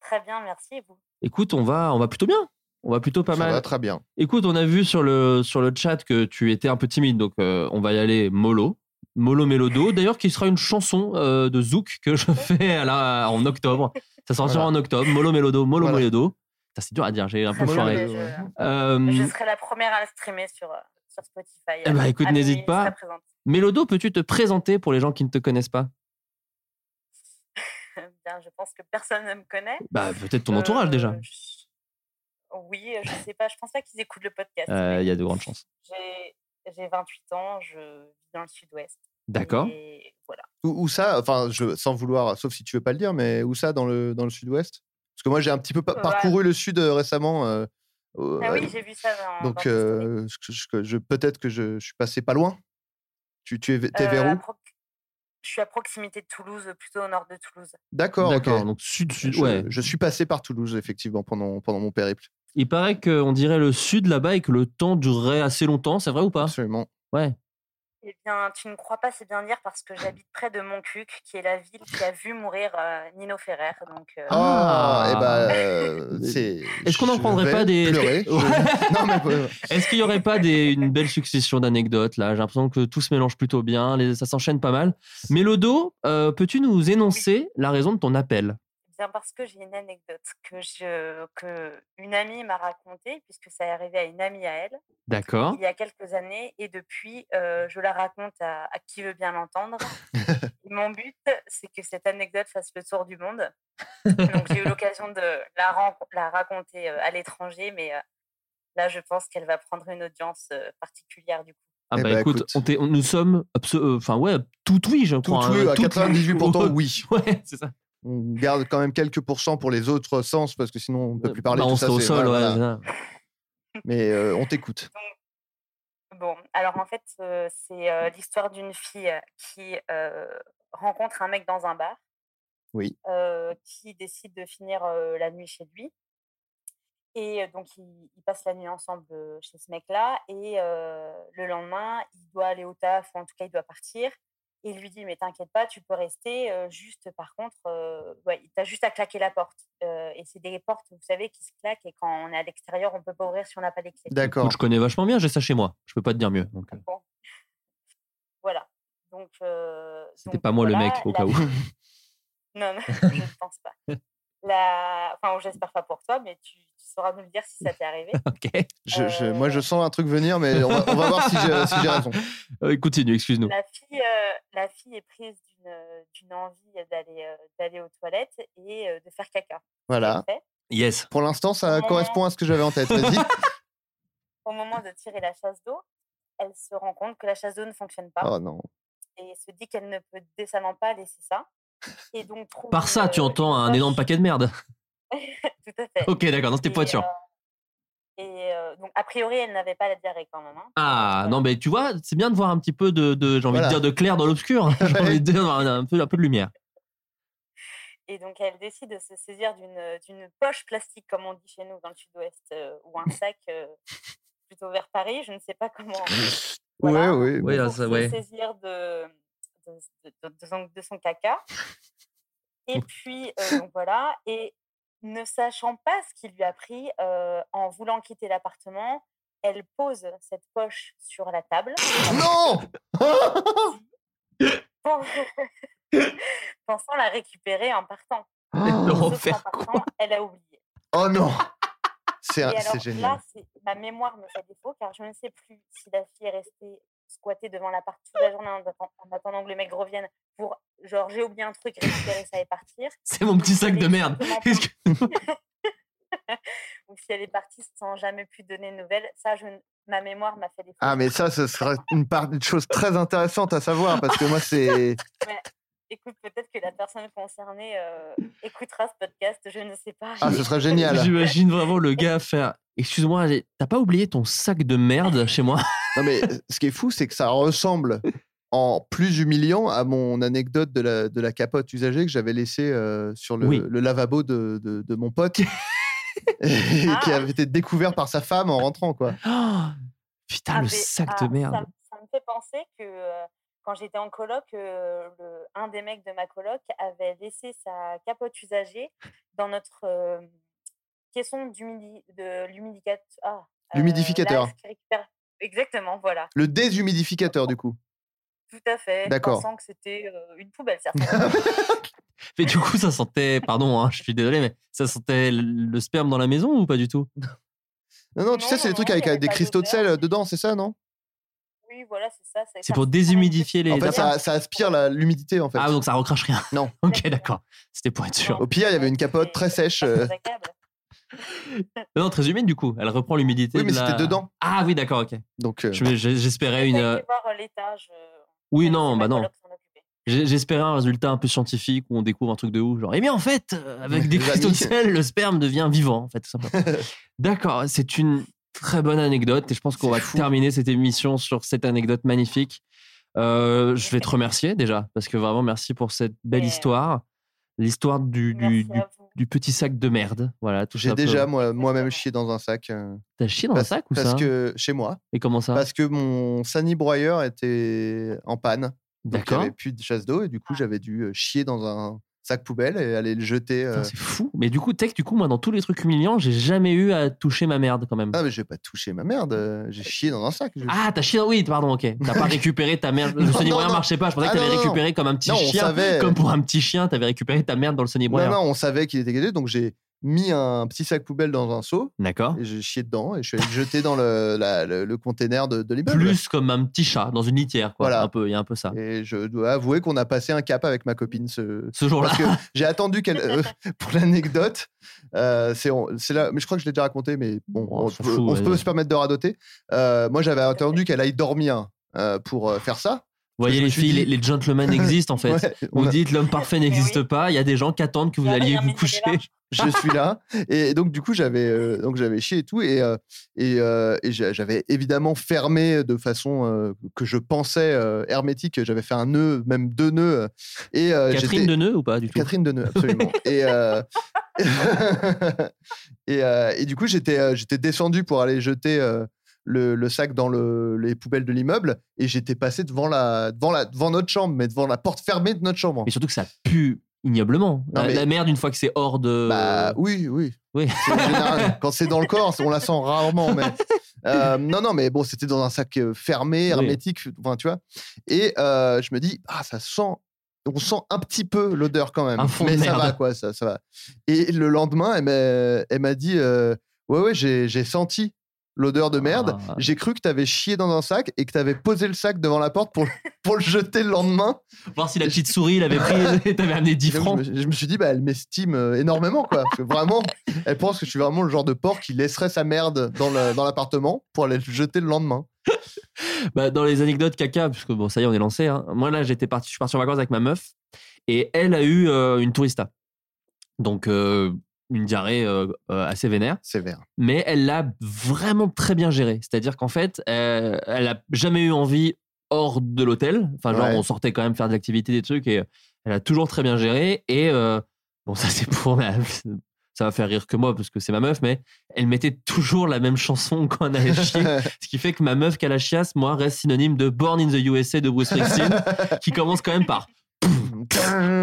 Speaker 16: Très bien, merci. Et vous
Speaker 2: Écoute, on va, on va plutôt bien. On va plutôt pas mal.
Speaker 9: va très bien.
Speaker 2: Écoute, on a vu sur le, sur le chat que tu étais un peu timide, donc euh, on va y aller mollo. Molo Mélodo, d'ailleurs, qui sera une chanson euh, de Zouk que je fais à la- en octobre. Ça sortira
Speaker 15: Voilà.
Speaker 2: en octobre. Molo Mélodo, Molo Mélodo. Putain, C'est dur à dire, j'ai un peu
Speaker 16: Très bien,
Speaker 2: foiré.
Speaker 16: mais je-
Speaker 2: Euh,
Speaker 16: Je serai la première à le streamer sur, euh, sur Spotify. euh,
Speaker 2: Eh ben, écoute,
Speaker 16: À
Speaker 2: n'hésite
Speaker 16: minuit, je
Speaker 2: pas.
Speaker 16: serai présente.
Speaker 2: Mélodo, peux-tu te présenter pour les gens qui ne te connaissent pas
Speaker 16: [LAUGHS] Bien, je pense que personne ne me connaît.
Speaker 2: Bah, peut-être
Speaker 16: Euh,
Speaker 2: ton entourage déjà.
Speaker 16: Oui, euh, je sais pas, je pense pas qu'ils écoutent le podcast.
Speaker 2: Euh, Il
Speaker 9: Euh,
Speaker 2: y a de grandes chances.
Speaker 16: J'ai j'ai 28 ans, je vis dans le sud-ouest.
Speaker 9: D'accord.
Speaker 16: Et voilà.
Speaker 9: Où, où ça Enfin, je, sans vouloir, sauf si tu veux pas le dire, mais où ça dans le, dans le sud-ouest Parce que moi, j'ai un petit peu pa-
Speaker 16: Ouais.
Speaker 9: parcouru le sud euh, récemment. euh, au-
Speaker 16: Ah
Speaker 9: euh,
Speaker 16: oui, j'ai vu ça dans.
Speaker 9: Donc,
Speaker 16: dans-
Speaker 9: euh, je, je- je- peut-être que je, je suis passé pas loin. Tu, tu es, t'es
Speaker 16: Euh,
Speaker 9: vers
Speaker 16: à
Speaker 9: où
Speaker 16: pro- Je suis à proximité de Toulouse, plutôt au nord de Toulouse.
Speaker 9: D'accord,
Speaker 2: D'accord, donc sud-sud.
Speaker 9: Je,
Speaker 2: ouais.
Speaker 9: je suis passé par Toulouse, effectivement, pendant, pendant mon périple.
Speaker 2: Il paraît qu'on dirait le sud là-bas et que le temps durerait assez longtemps, c'est vrai ou pas
Speaker 9: Absolument.
Speaker 2: Ouais.
Speaker 16: Eh bien, tu ne crois pas, c'est bien dire parce que j'habite près de Montcuq, qui est la ville qui a vu mourir euh, Nino Ferrer. Donc, euh,
Speaker 9: Ah, eh
Speaker 2: [LAUGHS]
Speaker 9: ben, euh, c'est.
Speaker 2: Est-ce qu'on n'en prendrait
Speaker 9: vais
Speaker 2: pas des. [LAUGHS]
Speaker 9: pleurer, je- Non, mais euh,
Speaker 2: Est-ce qu'il n'y aurait pas des, une belle succession d'anecdotes là J'ai l'impression que tout se mélange plutôt bien, les- ça s'enchaîne pas mal. Mélodo, euh, peux-tu nous énoncer la raison de ton appel
Speaker 16: eh bien parce que j'ai une anecdote que je que une amie m'a racontée, puisque ça est arrivé à une amie à elle
Speaker 2: D'accord.
Speaker 16: il y a quelques années, et depuis, euh, je la raconte à, à qui veut bien l'entendre. Et Mon but, c'est que cette anecdote fasse le tour du monde. Donc, j'ai eu l'occasion de la, ran- la raconter euh, à l'étranger, mais euh, là, je pense qu'elle va prendre une audience euh, particulière du coup.
Speaker 2: Ah
Speaker 9: Eh
Speaker 2: bah,
Speaker 9: bah,
Speaker 2: écoute,
Speaker 9: écoute.
Speaker 2: on t'est- on- nous sommes, abso- euh, enfin ouais, tout oui, je
Speaker 9: Tout
Speaker 2: crois. hein,
Speaker 9: oui, à
Speaker 2: [LAUGHS] toutes oui.
Speaker 9: 98% oui.
Speaker 2: [LAUGHS] Ouais, c'est ça.
Speaker 9: On garde quand même quelques pourcents pour les autres sens parce que sinon on ne peut plus parler.
Speaker 2: Bah,
Speaker 9: tout
Speaker 2: on
Speaker 9: ça,
Speaker 2: serait au
Speaker 9: c'est-
Speaker 2: sol,
Speaker 9: voilà,
Speaker 2: ouais,
Speaker 9: voilà. Mais euh, on t'écoute.
Speaker 16: Bon, alors en fait, euh, c'est euh, l'histoire d'une fille qui euh, rencontre un mec dans un bar,
Speaker 9: Oui.
Speaker 16: euh, qui décide de finir euh, la nuit chez lui. Et euh, donc, ils, ils passent la nuit ensemble euh, chez ce mec-là. Et euh, le lendemain, il doit aller au taf, ou en tout cas, il doit partir. Et il lui dit, mais t'inquiète pas, tu peux rester. euh, juste, par contre, euh, ouais, t'as juste à claquer la porte. Euh, et c'est des portes, vous savez, qui se claquent. Et quand on est à l'extérieur, on peut pas ouvrir si on n'a pas les clés.
Speaker 2: Écoute, je connais vachement bien, j'ai ça chez moi. Je peux pas te dire mieux. [LAUGHS] Donc, euh,
Speaker 16: Voilà. Donc, euh,
Speaker 2: c'était
Speaker 16: donc
Speaker 2: pas moi
Speaker 16: voilà,
Speaker 2: le mec au
Speaker 16: la-
Speaker 2: cas où.
Speaker 16: [LAUGHS]
Speaker 2: [LAUGHS]
Speaker 16: Non, non, je ne pense pas. La... Enfin, j'espère pas pour toi, mais tu, tu sauras nous le dire si ça
Speaker 2: [LAUGHS]
Speaker 16: t'est arrivé.
Speaker 9: Je- je- moi, je sens un truc venir, mais on va, on va voir si j'ai si j'ai raison.
Speaker 2: Euh, Continue, excuse-nous.
Speaker 16: La fille, euh, la fille est prise d'une- d'une envie d'aller euh, d'aller aux toilettes et euh, de faire caca.
Speaker 9: Voilà.
Speaker 2: Yes.
Speaker 9: Pour l'instant, ça
Speaker 16: Mon-
Speaker 9: correspond à ce que j'avais en tête.
Speaker 2: [LAUGHS]
Speaker 9: Vas-y.
Speaker 16: Au moment de tirer la chasse d'eau, elle se rend compte que la chasse d'eau ne fonctionne pas
Speaker 9: Oh non.
Speaker 16: et se dit qu'elle ne peut décemment pas laisser ça. Et donc trouve
Speaker 2: Par ça,
Speaker 16: une,
Speaker 2: tu
Speaker 16: euh,
Speaker 2: entends un énorme paquet de merde. [LAUGHS]
Speaker 16: Tout à fait.
Speaker 2: Ok, d'accord, non, c'était
Speaker 16: Et,
Speaker 2: pas sûr.
Speaker 16: euh, et euh, donc, a priori, elle n'avait pas la diarrhée quand même. hein.
Speaker 2: Ah non mais tu vois c'est bien de voir un petit peu de, de- j'ai envie
Speaker 9: Voilà.
Speaker 2: de dire de clair dans l'obscur hein. [LAUGHS] j'ai envie de dire un, un peu un peu de lumière
Speaker 16: Et donc, elle décide de se saisir d'une d'une poche plastique, comme on dit chez nous dans le sud-ouest, euh,
Speaker 9: [LAUGHS]
Speaker 16: ou un sac euh, plutôt vers Paris, je ne sais pas comment.
Speaker 9: [LAUGHS] Ouais, ouais.
Speaker 2: Oui, là,
Speaker 16: pour
Speaker 2: ça,
Speaker 16: se
Speaker 2: ouais.
Speaker 16: saisir de, de, de- de son, de son caca. Et
Speaker 9: [LAUGHS]
Speaker 16: puis, euh, donc voilà, et ne sachant pas ce qui lui a pris, euh, en voulant quitter l'appartement, elle pose cette poche sur la table. [LAUGHS]
Speaker 9: Non
Speaker 16: Pen- pensant la récupérer en partant.
Speaker 9: Oh,
Speaker 16: Sauf qu'en partant, elle a oublié.
Speaker 9: Oh non. C'est un-
Speaker 16: Et alors
Speaker 9: c'est génial.
Speaker 16: là, c'est- ma mémoire me fait défaut car je ne sais plus si la fille est restée squattée devant l'appart toute la journée en, atten- en attendant que le mec revienne pour genre j'ai oublié un truc, récupérer ça et
Speaker 9: [LAUGHS]
Speaker 16: partir,
Speaker 2: c'est mon petit sac de merde
Speaker 16: ou si elle est partie sans jamais plus donner de nouvelles. Ça, je, ne- ma mémoire m'a fait défaut.
Speaker 9: Ah, mais ça, ce sera une, part, une chose très intéressante à savoir parce que moi,
Speaker 16: [LAUGHS]
Speaker 9: c'est.
Speaker 16: Mais écoute, peut-être que la personne concernée euh, écoutera ce podcast, je ne sais pas.
Speaker 9: Ah, ce serait génial.
Speaker 2: j'imagine vraiment le gars faire excuse-moi j'ai- t'as pas oublié ton sac de merde chez
Speaker 16: [LAUGHS]
Speaker 2: moi
Speaker 9: Non, mais ce qui est fou, c'est que ça ressemble en plus humiliant à mon anecdote de la, de la capote usagée que j'avais laissée euh, sur le,
Speaker 2: Oui.
Speaker 9: le lavabo de, de- de mon
Speaker 16: [LAUGHS]
Speaker 9: pote. Et
Speaker 16: Ah.
Speaker 9: qui avait été découvert par sa femme en rentrant, quoi.
Speaker 2: Oh, putain
Speaker 16: Ah,
Speaker 2: le
Speaker 16: mais-
Speaker 2: sac
Speaker 16: ah,
Speaker 2: de merde
Speaker 16: Ça, me- ça me fait penser que euh, quand j'étais en coloc, euh, le- un des mecs de ma coloc avait laissé sa capote usagée dans notre euh, caisson d'humidi- de l'humidicat- ah, euh,
Speaker 9: L'humidificateur.
Speaker 16: l'air qui récupère- Exactement, voilà.
Speaker 9: Le déshumidificateur, du coup.
Speaker 16: Tout à fait.
Speaker 9: D'accord.
Speaker 16: Pensant que c'était euh, une poubelle,
Speaker 9: [LAUGHS]
Speaker 16: certainement.
Speaker 2: mais du coup ça sentait pardon hein, je suis désolé mais ça sentait le- le sperme dans la maison ou pas du tout
Speaker 9: Non, non, tu sais, c'est les trucs avec euh, des cristaux de sel euh, dedans, c'est ça, non
Speaker 16: oui, voilà, c'est ça. C'est
Speaker 2: c'est
Speaker 16: ça
Speaker 2: pour déshumidifier les
Speaker 9: En fait, ça,
Speaker 2: affaires
Speaker 9: ça aspire la- l'humidité, en fait.
Speaker 2: ah donc ça recrache rien [LAUGHS]
Speaker 9: Non.
Speaker 2: ok d'accord c'était pour être sûr
Speaker 9: Au pire, il y avait une capote très sèche. euh,
Speaker 16: très agréable.
Speaker 2: non très humide du coup elle reprend l'humidité
Speaker 9: Oui, mais
Speaker 2: de la-
Speaker 9: c'était dedans.
Speaker 2: ah oui d'accord ok
Speaker 9: Donc, euh,
Speaker 2: Je- je- j'espérais
Speaker 16: J'ai
Speaker 2: une
Speaker 16: pas
Speaker 2: euh,
Speaker 16: été voir euh, l'étage. euh,
Speaker 2: Oui,
Speaker 16: même
Speaker 2: non,
Speaker 16: si ma
Speaker 2: bah non.
Speaker 16: coloc s'en occupait.
Speaker 2: J'ai- J'espérais un résultat un peu scientifique où on découvre un truc de ouf, genre, eh bien en fait, euh,
Speaker 9: [LAUGHS]
Speaker 2: avec
Speaker 9: Les
Speaker 2: des cristaux
Speaker 9: amis.
Speaker 2: de sel, le sperme devient vivant, en fait, tout
Speaker 9: [LAUGHS]
Speaker 2: simplement. D'accord, c'est une très bonne anecdote et je pense qu'on va terminer cette émission sur cette anecdote magnifique. Euh, je vais te remercier déjà, parce que vraiment merci pour cette belle
Speaker 16: Et- euh,
Speaker 2: histoire, l'histoire du, du,
Speaker 16: Merci à
Speaker 2: du- du petit sac de merde. Voilà, tout
Speaker 9: J'ai
Speaker 2: ça peut-
Speaker 9: déjà moi- moi-même chié dans un sac. euh,
Speaker 2: T'as chié dans un
Speaker 9: parce-
Speaker 2: sac ou
Speaker 9: Parce
Speaker 2: ça
Speaker 9: que chez moi.
Speaker 2: Et comment ça
Speaker 9: Parce que mon Sani broyeur était en panne. Donc il n'y
Speaker 2: D'accord.
Speaker 9: avait euh, plus de chasse d'eau et du coup j'avais dû euh, chier dans un sac poubelle et aller le jeter. euh.
Speaker 2: Putain, C'est fou. Mais du coup, tech, du coup, moi, dans tous les trucs humiliants, j'ai jamais eu à toucher ma merde quand même.
Speaker 9: Ah mais je vais pas toucher ma merde, euh, j'ai chié dans un sac. je-
Speaker 2: Ah, t'as chié, oui, pardon, ok. T'as
Speaker 9: [LAUGHS]
Speaker 2: pas récupéré ta merde. Le
Speaker 9: Non,
Speaker 2: Sony
Speaker 9: non,
Speaker 2: Boyer
Speaker 9: non.
Speaker 2: marchait pas. Je pensais
Speaker 9: Ah,
Speaker 2: que t'avais
Speaker 9: non, non,
Speaker 2: récupéré
Speaker 9: non.
Speaker 2: comme un petit
Speaker 9: Non, on
Speaker 2: chien.
Speaker 9: savait.
Speaker 2: Comme pour un petit chien, t'avais récupéré ta merde dans le Sony
Speaker 9: Non,
Speaker 2: Boyer.
Speaker 9: non, on savait qu'il était gâté donc j'ai mis un petit sac poubelle dans un seau.
Speaker 2: D'accord.
Speaker 9: Et j'ai chié dedans et je suis allé le jeter dans le, la- le, le container de, de l'immeuble.
Speaker 2: Plus comme un petit chat dans une litière, quoi.
Speaker 9: Voilà.
Speaker 2: Un peu, il y a un peu ça.
Speaker 9: Et je dois avouer qu'on a passé un cap avec ma copine ce,
Speaker 2: Ce jour-là.
Speaker 9: Parce que j'ai attendu qu'elle. euh,
Speaker 2: [LAUGHS]
Speaker 9: pour l'anecdote, euh, c'est on- c'est là. Mais je crois que je l'ai déjà raconté, mais bon,
Speaker 2: Oh, on
Speaker 9: on,
Speaker 2: s'en
Speaker 9: peut,
Speaker 2: fout,
Speaker 9: on
Speaker 2: ouais.
Speaker 9: peut se permettre de radoter. Euh, moi, j'avais attendu qu'elle aille dormir. euh, pour euh, faire ça.
Speaker 2: Vous voyez
Speaker 9: Je me
Speaker 2: les
Speaker 9: suis
Speaker 2: filles,
Speaker 9: dit-
Speaker 2: les, les gentlemen
Speaker 9: [LAUGHS]
Speaker 2: existent en fait.
Speaker 9: Ouais, on
Speaker 2: vous
Speaker 9: a-
Speaker 2: dites l'homme parfait n'existe pas, il y a des gens qui attendent que vous alliez vous coucher.
Speaker 9: je suis là. Et donc, du coup, j'avais euh, donc j'avais chié et tout. Et, euh, et, euh, et j'a- j'avais évidemment fermé de façon euh, que je pensais euh, hermétique. J'avais fait un nœud, même deux nœuds. Et, euh,
Speaker 2: Catherine
Speaker 9: j'étais-
Speaker 2: de Nœud ou pas du tout
Speaker 9: Catherine Deneuve, absolument. et, euh, [LAUGHS] et, euh, et du coup, j'étais euh, j'étais descendu pour aller jeter euh, le, le sac dans le- les poubelles de l'immeuble et j'étais passé devant, la, devant, la, devant notre chambre, mais devant la porte fermée de notre chambre.
Speaker 2: Mais surtout que ça pue ignoblement.
Speaker 9: Non,
Speaker 2: la,
Speaker 9: mais-
Speaker 2: la merde, une fois que c'est hors de.
Speaker 9: Bah oui, oui.
Speaker 2: Euh, Oui.
Speaker 9: C'est général. Quand c'est dans le corps, on la sent rarement. Mais... Euh, non, non, mais bon, c'était dans un sac euh, fermé, hermétique, enfin, tu vois. Et euh, je me dis, ah, ça sent. On sent un petit peu l'odeur quand même.
Speaker 2: Un fond de
Speaker 9: mais ça
Speaker 2: merde.
Speaker 9: va, quoi, ça, ça va. Et le lendemain, elle m'a- elle m'a dit, euh, ouais, ouais, j'ai j'ai senti l'odeur de merde.
Speaker 2: Ah.
Speaker 9: J'ai cru que t'avais chié dans un sac et que t'avais posé le sac devant la porte pour, pour le jeter le lendemain.
Speaker 2: Voir si la petite souris
Speaker 9: [LAUGHS]
Speaker 2: l'avait pris et t'avais amené 10
Speaker 9: Et donc,
Speaker 2: francs.
Speaker 9: Je me, je me suis dit, bah, elle m'estime euh, énormément, quoi. Parce que
Speaker 2: [LAUGHS]
Speaker 9: vraiment, elle pense que je suis vraiment le genre de porc qui laisserait sa merde dans le- dans l'appartement pour aller le jeter le lendemain.
Speaker 2: Bah, dans les anecdotes caca, parce que bon, ça y est, on est lancé. hein. Moi, là, j'étais parti, je suis parti en vacances avec ma meuf et elle a eu euh, une tourista. Donc, euh, une diarrhée euh, euh, assez vénère.
Speaker 9: Sévère.
Speaker 2: Mais elle l'a vraiment très bien gérée. C'est-à-dire qu'en fait, euh, elle a jamais eu envie hors de l'hôtel. Enfin, genre,
Speaker 9: Ouais.
Speaker 2: on sortait quand même faire de l'activité, des trucs et euh, elle a toujours très bien géré. Et euh, bon, ça, [LAUGHS] c'est pour ma. Ça va faire rire que moi parce que c'est ma meuf, mais elle mettait toujours la même chanson quand on allait chier. ce qui fait que ma meuf qu'à la chiasse, moi, reste synonyme de Born in the USA de Bruce
Speaker 9: [LAUGHS]
Speaker 2: Springsteen, qui commence quand même par.
Speaker 9: Ah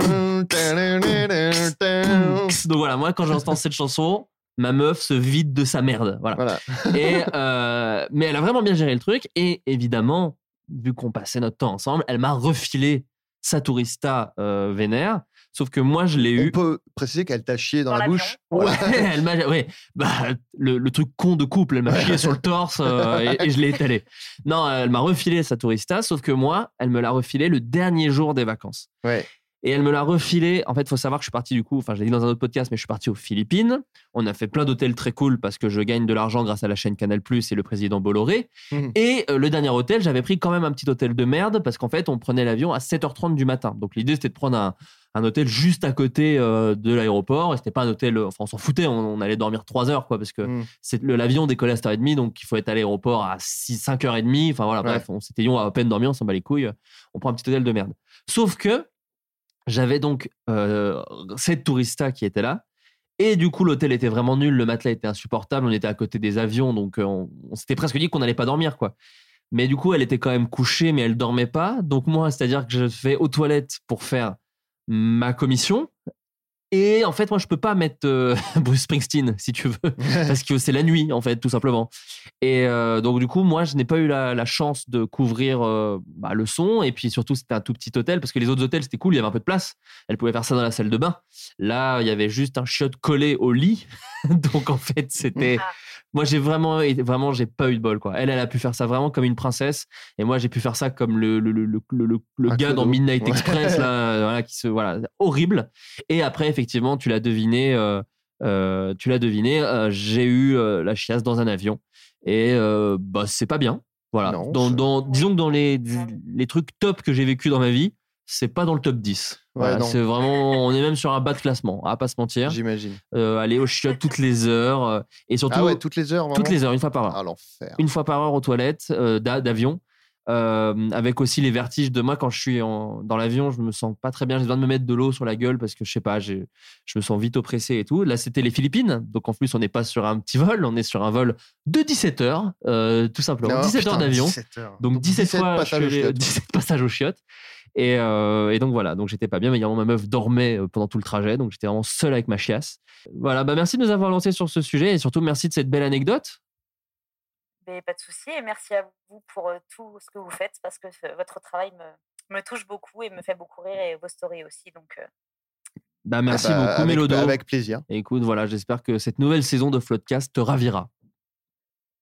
Speaker 2: Donc voilà, moi, quand j'entends cette chanson, ma meuf se vide de sa merde. Voilà.
Speaker 9: [LAUGHS]
Speaker 2: [LAUGHS] Et, euh, mais elle a vraiment bien géré le truc. Et évidemment, vu qu'on passait notre temps ensemble, elle m'a refilé sa tourista euh, vénère. Sauf que moi, je l'ai eu.
Speaker 9: On peut préciser qu'elle t'a chié dans, la bouche.
Speaker 2: Ouais, [LAUGHS] elle m'a, ouais, bah, le, le truc con de couple, elle m'a chié sur le torse euh, et, et je l'ai étalé. Non, elle m'a refilé sa tourista, sauf que moi, elle me l'a refilé le dernier jour des vacances. Et elle me l'a refilé. En fait, il faut savoir que je suis parti du coup, enfin, je l'ai dit dans un autre podcast, mais je suis parti aux Philippines. On a fait plein d'hôtels très cool parce que je gagne de l'argent grâce à la chaîne Canal Plus et le président Bolloré.
Speaker 9: Hum.
Speaker 2: Et euh, le dernier hôtel, j'avais pris quand même un petit hôtel de merde parce qu'en fait, on prenait l'avion à 7h30 du matin. Donc l'idée, c'était de prendre un, un hôtel juste à côté euh, de l'aéroport. Et c'était pas un hôtel, enfin, on s'en foutait, on, on allait dormir 3 heures, quoi, parce que
Speaker 9: Hum.
Speaker 2: c'est- le- l'avion décollait à 7h30, donc il faut être à l'aéroport à 6, 5h30. Enfin voilà, bref, on s'était dit, on a à peine dormi, on s'en bat les couilles, euh, on prend un petit hôtel de merde. Sauf que j'avais donc euh, cette tourista qui était là. Et du coup, l'hôtel était vraiment nul, le matelas était insupportable, on était à côté des avions, donc euh, on, on s'était presque dit qu'on n'allait pas dormir, quoi. Mais du coup, elle était quand même couchée, mais elle dormait pas. Donc moi, c'est-à-dire que je vais aux toilettes pour faire ma commission. Et en fait, moi, je peux pas mettre euh, [LAUGHS] Bruce Springsteen, si
Speaker 9: [LAUGHS]
Speaker 2: tu veux, parce que c'est la nuit, en fait, tout simplement. Et euh, donc, du coup, moi, je n'ai pas eu la, la chance de couvrir euh, bah, le son. Et puis, surtout, c'était un tout petit hôtel, parce que les autres hôtels, c'était cool, il y avait un peu de place. Elle pouvait faire ça dans la salle de bain. Là, il y avait juste un chiot collé au lit. [LAUGHS] donc, en fait, c'était. Moi, j'ai vraiment, été- vraiment, j'ai pas eu de bol, quoi. Elle, elle a pu faire ça vraiment comme une princesse. Et moi, j'ai pu faire ça comme le, le, le, le, le- le
Speaker 9: Un
Speaker 2: gars dans
Speaker 9: clodo.
Speaker 2: Midnight
Speaker 9: Ouais.
Speaker 2: Express, là,
Speaker 9: [LAUGHS]
Speaker 2: euh, voilà, qui se voilà horrible. Et après, effectivement, tu l'as deviné, euh, euh, tu l'as deviné. euh, j'ai eu euh, la chiasse dans un avion et euh, bah c'est pas bien. Voilà.
Speaker 9: Non,
Speaker 2: dans, dans- disons que dans les les trucs top que j'ai vécu dans ma vie, c'est pas dans le top 10.
Speaker 9: Ouais,
Speaker 2: Voilà,
Speaker 9: non.
Speaker 2: c'est vraiment, on est même sur un bas de classement, à pas se mentir. Euh,
Speaker 9: J'imagine.
Speaker 2: aller aux chiottes toutes les heures euh, et surtout
Speaker 9: Ah ouais, toutes les heures. vraiment
Speaker 2: toutes les heures, une fois par heure.
Speaker 9: Ah, l'enfer.
Speaker 2: Une fois par heure aux toilettes euh, d'a- d'avion. euh, avec aussi les vertiges de moi quand je suis en- dans l'avion, je me sens pas très bien. J'ai besoin de me mettre de l'eau sur la gueule parce que je sais pas, j'ai- je me sens vite oppressé et tout. Là, c'était les Philippines, donc en plus, on n'est pas sur un petit vol, on est sur un vol de 17 heures, euh, tout simplement.
Speaker 9: Ah,
Speaker 2: 17 heures
Speaker 9: putain,
Speaker 2: d'avion.
Speaker 9: 17 heures.
Speaker 2: Donc
Speaker 9: Donc
Speaker 2: 17,
Speaker 9: 17
Speaker 2: fois, je euh,
Speaker 9: passages aux
Speaker 2: suis allé-
Speaker 9: chiottes.
Speaker 2: 17 passages aux chiottes. Et, euh, et donc voilà, donc j'étais pas bien, mais évidemment, ma meuf dormait euh, pendant tout le trajet, donc j'étais vraiment seul avec ma chiasse. Voilà, bah merci de nous avoir lancé sur ce sujet et surtout merci de cette belle anecdote.
Speaker 16: Mais pas de souci et merci à vous pour euh, tout ce que vous faites parce que euh, votre travail me, me touche beaucoup et me fait beaucoup rire et vos stories aussi. Donc, euh,
Speaker 2: Bah, merci
Speaker 9: Ah bah,
Speaker 2: beaucoup,
Speaker 9: avec-
Speaker 2: Mélodo.
Speaker 9: avec plaisir.
Speaker 2: Écoute, voilà, j'espère que cette nouvelle saison de Floodcast te ravira.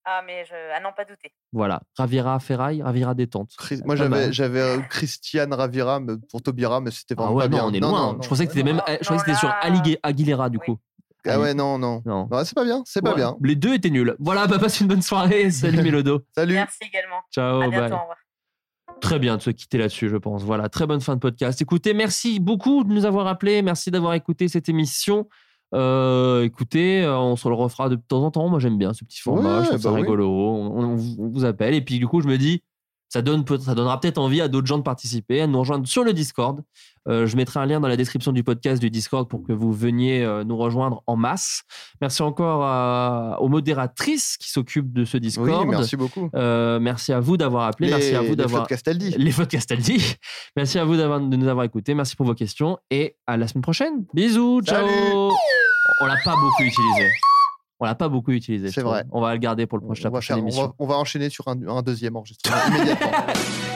Speaker 16: ah, mais je, à n'en pas douter.
Speaker 2: Voilà, ravira ferraille, ravira détente.
Speaker 9: Moi,
Speaker 2: Ah, Pas
Speaker 9: j'avais,
Speaker 2: mal.
Speaker 9: j'avais euh, Christiane Ravira mais pour Tobira, mais c'était
Speaker 2: Ah
Speaker 9: vraiment pas
Speaker 2: ouais, non,
Speaker 9: bien.
Speaker 2: on est loin. hein. je pensais que c'était même, je croyais que c'était sur Aligue- Aguilera du coup.
Speaker 9: Ah ouais, non, non.
Speaker 2: Non,
Speaker 9: c'est pas bien, c'est pas
Speaker 2: Ouais,
Speaker 9: bien.
Speaker 2: [LAUGHS]
Speaker 9: [LAUGHS]
Speaker 2: Les deux étaient nuls. Voilà, bah passe une bonne soirée. Salut Mélodo.
Speaker 9: Salut.
Speaker 16: Merci également.
Speaker 2: Ciao,
Speaker 16: à
Speaker 2: bye.
Speaker 16: bientôt, au revoir.
Speaker 2: Très bien de se quitter là-dessus, je pense. Voilà, très bonne fin de podcast. Écoutez, merci beaucoup de nous avoir appelés. Merci d'avoir écouté cette émission. Euh, écoutez, euh, on se le refera de temps en temps. Moi, j'aime bien ce petit format.
Speaker 9: Ouais,
Speaker 2: je trouve ça
Speaker 9: bah oui.
Speaker 2: rigolo. On, on vous- on vous appelle. Et puis, du coup, je me dis, ça, donne, peut- ça donnera peut-être envie à d'autres gens de participer, à nous rejoindre sur le Discord. Euh, je mettrai un lien dans la description du podcast du Discord pour que vous veniez euh, nous rejoindre en masse. Merci encore à- aux modératrices qui s'occupent de ce Discord.
Speaker 9: Oui, merci beaucoup.
Speaker 2: Euh, merci à vous d'avoir appelé.
Speaker 9: Les-
Speaker 2: merci à vous
Speaker 9: les
Speaker 2: d'avoir.
Speaker 9: Flots de Castaldi.
Speaker 2: Les Flots de Castaldi. Merci à vous d'avoir, de nous avoir écoutés. Merci pour vos questions. Et à la semaine prochaine. Bisous. Ciao.
Speaker 9: Salut.
Speaker 2: On l'a pas beaucoup utilisé. On l'a pas beaucoup utilisé. C'est vrai. On va le garder pour le prochain, la
Speaker 9: On va,
Speaker 2: prochaine
Speaker 9: faire- on
Speaker 2: émission. [LAUGHS]
Speaker 9: va- on va enchaîner sur un, un deuxième enregistrement immédiatement.